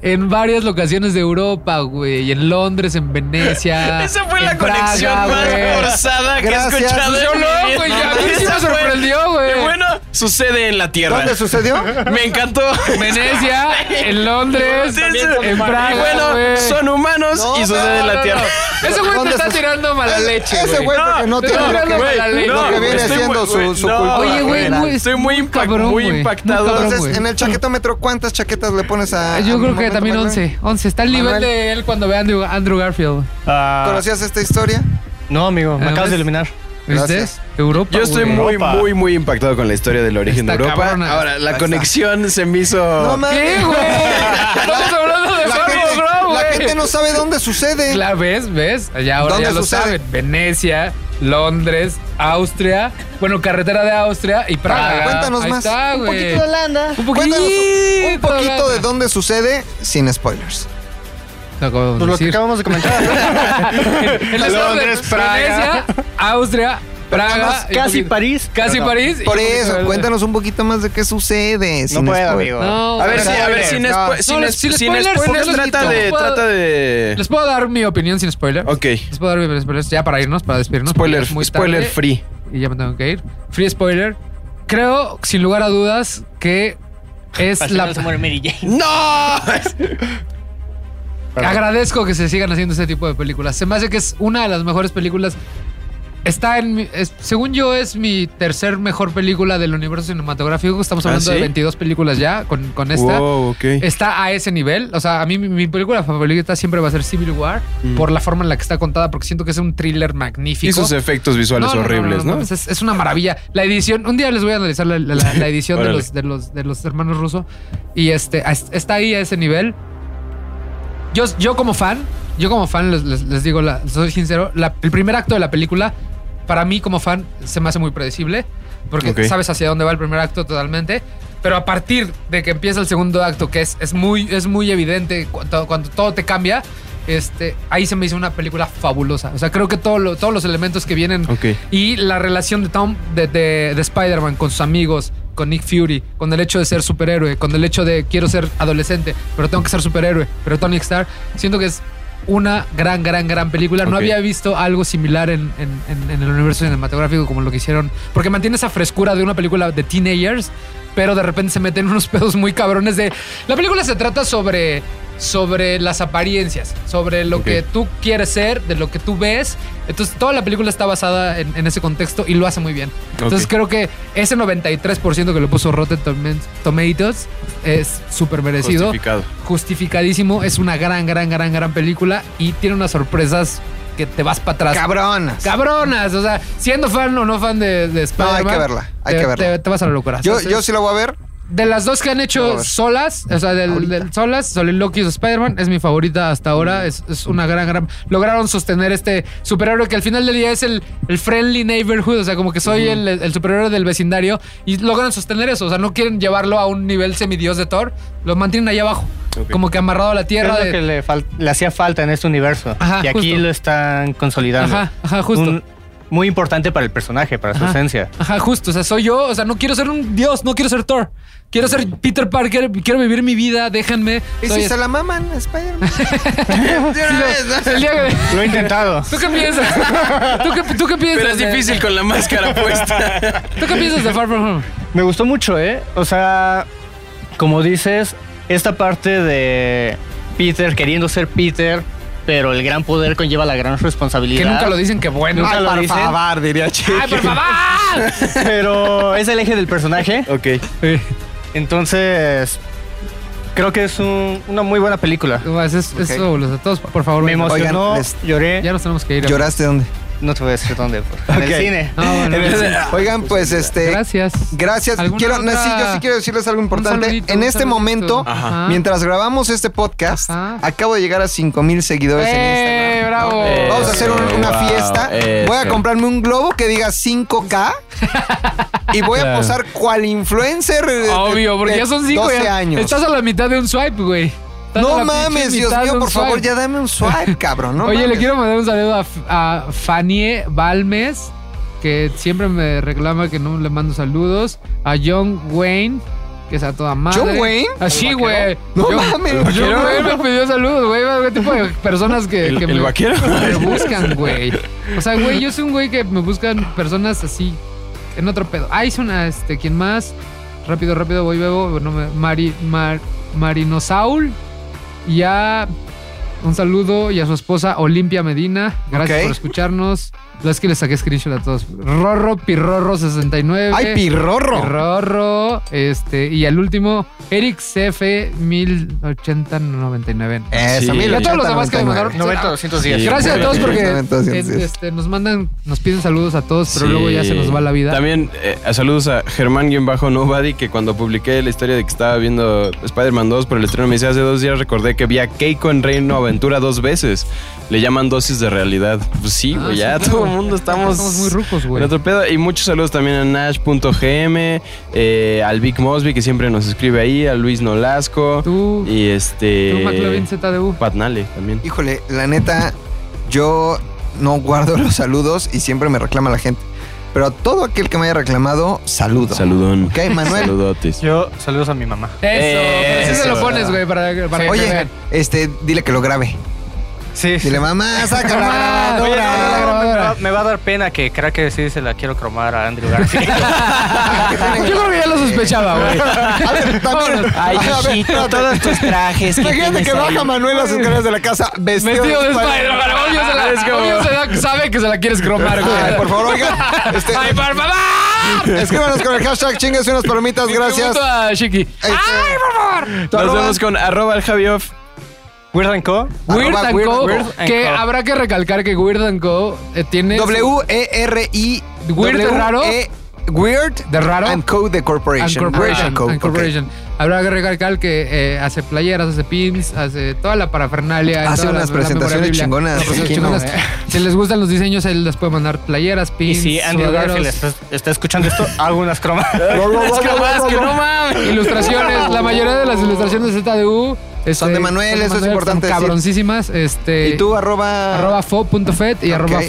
En varias locaciones de Europa, güey. En Londres, en Venecia.
Esa fue
en
la conexión
Praga,
más
güey.
forzada que he
Gracias.
escuchado.
Yo
en mi
no,
vida.
güey, ya a mí sí me
Esa fue-
sorprendió, güey.
Y bueno, sucede en la Tierra.
¿Dónde sucedió?
Me encantó.
Venecia, en Londres,
Sí, sí.
en Praga.
Y bueno,
güey.
son humanos
No,
y sucede
No,
en la
no,
Tierra.
no. Ese güey te
¿Dónde
está
sus-
tirando mala leche.
Ese güey porque no
te
tiene
está
lo que
tirando
ver.
mala leche.
no, lo que viene
estoy
siendo su-
güey,
su cultura
Oye, güey,
general.
güey,
Estoy muy, impa-
cabrón,
muy
güey.
impactado.
Muy cabrón,
Entonces,
güey.
en el chaquetómetro, ¿cuántas chaquetas le pones a.?
Ah, Yo
a
creo que
Momento
también
Manuel?
11. 11. Está al nivel
Manuel.
de él cuando ve a Andrew, Andrew Garfield.
Ah,
¿Conocías esta historia?
no, amigo, me
Ah,
acabas de
¿ves?
iluminar.
¿Viste?
Gracias.
Europa.
Yo estoy
güey.
muy,
Europa.
muy, muy impactado con la historia del origen
Está
de Europa.
cabrona.
Ahora, la
Ahí
conexión se me hizo.
No mames.
¿Qué, güey? Estamos hablando de
La
Marvel,
gente,
bro,
la
güey.
gente no sabe dónde sucede.
La ves, ves. Allá ahora
¿Dónde
ya lo
sucede?
saben. Venecia, Londres, Austria. Bueno, carretera de Austria y Praga.
Praga. Cuéntanos
Ahí
más.
Está,
Un
güey.
poquito de
Holanda. Un poquito,
Cuéntanos un poquito de
Holanda.
dónde sucede sin spoilers.
Lo acabamos de
Pues lo que
decir.
acabamos de comentar.
El estado de
Londres, Praga.
Venecia, Austria, Praga. y un
Casi
poquito-
París.
Casi
pero no.
París. y
Por
un poquito de
eso,
Holanda.
cuéntanos un poquito más de qué sucede.
No
sin
puedo,
spoilers.
amigo.
No,
A ver, si,
pero-
a ver, sin,
No.
espo- sin,
No,
es-
sin
sin
spoilers,
spoilers,
no los
trata
quito.
de.
Puedo-
Trata de.
Les puedo dar mi opinión sin spoiler.
Ok.
Les puedo dar mi opinión sin spoilers ya para irnos, para despedirnos. porque
Spoiler,
es muy
spoiler
tarde
free.
Y ya me tengo que ir. Free spoiler. Creo, sin lugar a dudas, que es
Así
la.
no se muere Mary Jane.
¡No!
Agradezco que se sigan haciendo este tipo de películas. Se me hace que es una de las mejores películas. Está en mi- es- según yo es mi tercer mejor película del universo cinematográfico. Estamos
¿Ah,
hablando de
sí?
22 películas ya con, con esta.
Wow, ok.
Está a ese nivel. O sea, a mí mi, mi película favorita siempre va a ser Civil War
Mm.
por la forma en la que está contada, porque siento que es un thriller magnífico.
Y sus efectos visuales
No, no, no,
horribles,
no,
¿no?
no, Es, es una maravilla. La edición, un día les voy a analizar la, la- la- la edición de,
Órale.
los, de, los, de los hermanos rusos. Y este, es- está ahí a ese nivel. Yo, yo como fan, yo como fan, les, les- les digo, la, soy sincero, la- el primer acto de la película, para mí como fan, se me hace muy predecible. Porque
Ok.
sabes hacia dónde va el primer acto totalmente. Pero a partir de que empieza el segundo acto, que es, es, muy, es muy evidente cuando, cuando todo te cambia, este, ahí se me hizo una película fabulosa. O sea, creo que todo lo- todos los elementos que vienen
Ok.
y la relación de Tom, de, de- de Spider-Man con sus amigos, con Nick Fury, con el hecho de ser superhéroe, con el hecho de quiero ser adolescente, pero tengo que ser superhéroe, pero Tony Stark, siento que es una gran, gran, gran película. No
Ok.
había visto algo similar en, en- en- en el universo cinematográfico como lo que hicieron, porque mantiene esa frescura de una película de teenagers, pero de repente se meten unos pedos muy cabrones de... La película se trata sobre sobre las apariencias, sobre lo
Ok.
que tú quieres ser, de lo que tú ves. Entonces, toda la película está basada en, en ese contexto y lo hace muy bien. Entonces,
Ok.
creo que ese 93% que le puso Rotten Tomen- Tomatoes es súper merecido.
Justificado.
Justificadísimo. Es una gran, gran, gran, gran película y tiene unas sorpresas que te vas para atrás.
Cabronas.
Cabronas, o sea, siendo fan o no fan de, de
No, hay
Spider-Man.
que verla, hay
te,
que verla.
te- te vas a la locura.
Yo,
Entonces-
yo sí la voy a ver.
de las dos que han
Vamos a
hecho
ver.
solas, o sea, del,
Ahorita.
del solas, Soliloquios o Spider-Man, es mi favorita hasta
Mm.
ahora. Es, es una gran, gran. Lograron sostener este superhéroe que al final del día es el, el friendly neighborhood, o sea, como que soy el, el superhéroe del vecindario y logran sostener eso. O sea, no quieren llevarlo a un nivel semidios de Thor, lo mantienen ahí abajo,
Ok.
como que amarrado a la
Es
tierra.
lo
de-
que le, fal- le hacía falta en este universo.
Ajá,
y aquí
justo.
lo están consolidando.
Ajá, ajá, justo.
Un- muy importante para el personaje, para su
Ajá.
esencia.
Ajá, justo. O sea, soy yo. O sea, no quiero ser un dios, no quiero ser Thor. Quiero ser Peter Parker, quiero vivir mi vida, déjenme.
Y
soy
si se
este-
la maman, Spider-Man. De una vez, ¿no?
el día que-
Lo he intentado.
¿Tú qué piensas? ¿Tú qué, tú qué piensas?
Pero es
de-
difícil con la máscara puesta.
¿Tú qué piensas de Far From Home?
Me gustó mucho, ¿eh? O sea, como dices, esta parte de Peter queriendo ser Peter, pero el gran poder conlleva la gran responsabilidad.
Que nunca lo dicen que bueno.
Nunca
Ay,
lo
por
dicen.
favor.
diría Chiqui.
¡Ay, por favor!
Pero es el eje del personaje.
ok.
Entonces, creo que es un- una muy buena película.
No, es, es, es
Ok.
fabuloso. Todos, por favor,
Me
vayan a verla.
emocionó,
Oigan, les-
lloré.
Ya nos tenemos que ir.
¿Lloraste dónde?
No te voy a decir dónde. pero En
Ok.
el cine.
No, bueno,
En el cine.
Oigan, pues este.
Ah. Gracias.
Gracias.
¿Alguna
Quiero,
otra-
sí, yo sí quiero decirles algo importante.
Un saludito,
en
un
este
saludito.
momento,
Ajá.
mientras grabamos este podcast,
Ajá.
acabo de llegar a 5 mil seguidores en Instagram.
¡Eh, bravo!
Eso.
Vamos a hacer un- una
wow,
fiesta. Voy a
eso.
comprarme un globo que diga 5K. y voy a posar cual influencer. de- de-
Obvio, porque
de
ya son cinco.
12
ya.
años.
Estás a la mitad de un swipe, güey. Estás a
no
la
mames,
pinche
Dios
mitad de
mío,
un
por favor,
swipe.
ya dame un swipe, cabrón. No
Oye, le
mames.
quiero mandar un saludo a, F- a Fanie Balmes, que siempre me reclama que no le mando saludos. A John Wayne, que es a toda madre.
¿John Wayne?
Así, güey.
No
John-
mames.
John Wayne me pidió saludos, güey. ¿Qué tipo de personas que,
¿El-
que
el vaquero?
que me buscan, güey? O sea, güey, yo soy un güey que me buscan personas así en otro pedo. Ah, hice una, este, ¿quién más? Rápido, rápido, voy, bebo. No me- Mari, Mar, Marinosaul. Y a un saludo y a su esposa Olimpia Medina. Gracias
Ok.
por escucharnos. Lo es que le saqué screenshot a todos. Rorro, Pirrorro69.
¡Ay, pirrorro!
Pirrorro. Este, y al último, Eric CF 108099.
Eso,
Sí.
mil
Y a
todos los demás que me
80,
mandaron.
90, 210.
Sí,
Gracias a
muy
todos
bien.
porque
Exactamente, así es.
en- este, nos mandan, nos piden saludos a todos, pero
Sí.
luego ya se nos va la vida.
También eh, saludos a Germán-Nobody, que cuando publiqué la historia de que estaba viendo Spider-Man 2 por el estreno, me dice hace dos días recordé que vi a Keiko en Reino Aventura dos veces. Le llaman dosis de realidad. Pues sí,
Ah,
güey,
sí,
ya
claro,
todo el
güey.
mundo estamos.
Estamos muy rucos, güey.
en otro pedo. Y muchos saludos también a Nash.gm, eh, al Vic Mosby, que siempre nos escribe ahí, a Luis Nolasco.
Tú,
y
tú, McLovin
este.
ZDU.
Pat Nale también.
Híjole, la neta, yo no guardo los saludos y siempre me reclama la gente. Pero a todo aquel que me haya reclamado, saludo.
Saludón.
Ok, Manuel.
Saludotes.
Yo saludos a mi mamá.
Eso, pero sí
Eso.
se lo pones, güey, para, para que
Oye,
vean.
este, dile que lo grabe.
Sí.
Dile, mamá, saca la
Mamá,
Oye, no,
grabadora.
no, no, me, va, me va a dar pena que crea que sí se la quiero cromar a Andrew Garfield.
Ah,
Pues
eh,
Yo creo que ya lo sospechaba, güey.
A ver, también.
Ay,
a ver,
hijito,
espérate.
todos tus trajes. que
Imagínate
tienes
que
ahí.
baja Manuel las escaleras de la casa vestido,
Vestido de
Spider-Man.
Spider-Man. Obvio, se la,
Es como- Ah,
obvio se la- sabe que se la quieres cromar, güey.
Ay, por favor, oigan. Este,
¡Ay, por favor!
escríbanos con el hashtag chingues unas palomitas, gracias.
Tributo a Shiki.
Este,
¡Ay, por favor!
tu
Nos
arroba-
vemos con arroba el Javioff.
Weird and Co.
Weird
Arroba
and
Weird
Co,
and
Co.
Que habrá que recalcar que Weird and Co eh, tiene. su-
W-E-R-I.
Weird de
E W
raro.
E- Weird
De raro.
And Code de
And
Corporation.
Corporation.
Ah, Code,
and Corporation. Habrá que recalcar que eh, hace playeras, hace pins, hace toda la parafernalia. y
Hace
toda la-
unas
la
presentaciones
memorabilia.
chingonas,
Las presentaciones
aquí no,
chingonas. Si les gustan los diseños, él les puede mandar playeras,
Y
pins.
si Andrew
sudaderos,
Garfield está, está escuchando esto, algunas cromas.
ok.
Ilustraciones. La mayoría de las ilustraciones de ZDU este,
Son de Manuel, eso es importante
son
decir.
Cabroncísimas. Este,
Y tú, arroba.
Arroba fo.fet y
Ok.
arroba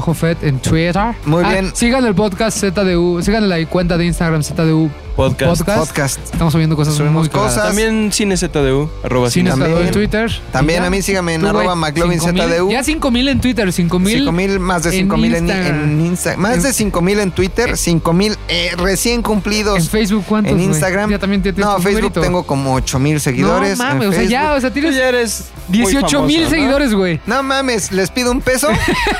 fo-fet en Twitter. Ah,
Muy bien.
Sigan el podcast ZDU. Sigan la cuenta de Instagram ZDU
Podcast.
Podcast.
Podcast.
Estamos subiendo cosas
Subimos
muy cosas.
cosas.
También Cine ZDU, arroba
Sin
Cine
También.
estado en Twitter.
También
Y ya.
a mí síganme en
Tú,
arroba
güey,
McLovin
5000.
ZDU.
Ya 5000 en Twitter, 5000.
5000, más de
en
5000 en,
Instagram.
en Instagram. Más
En-
de 5000 en Twitter, 5000 eh, recién
En
cumplidos.
Facebook, ¿cuántos?
En
güey?
Instagram.
Ya también te- tienes
no,
tu
Facebook
numerito.
tengo como 8000 seguidores.
No
en
mames, o sea, ya,
Facebook.
o sea,
Tú
tienes
ya eres
18 mil
muy famoso, ¿no?
seguidores, güey.
No mames, les pido un peso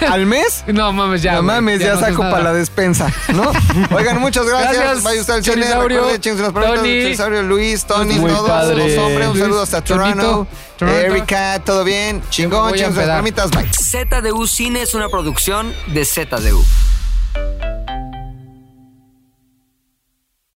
al mes.
No mames, ya.
no
güey,
mames, ya,
no haces
saco
nada.
para la despensa, ¿no? Oigan, muchas gracias.
Gracias,
Vaya usted al cine.
Chorizaurio,
recuerde, chingues unas palomitas,
Tony.
Chorizaurio, Luis, Tony,
Muy
todos
padre.
los hombres. Un
Luis,
saludo hasta
Chonito,
Toronto.
Toronto.
Erika, todo bien.
me
Chingón,
voy a
chingues unas
empedar.
palomitas. Bye.
ZDU Cine es una producción de ZDU.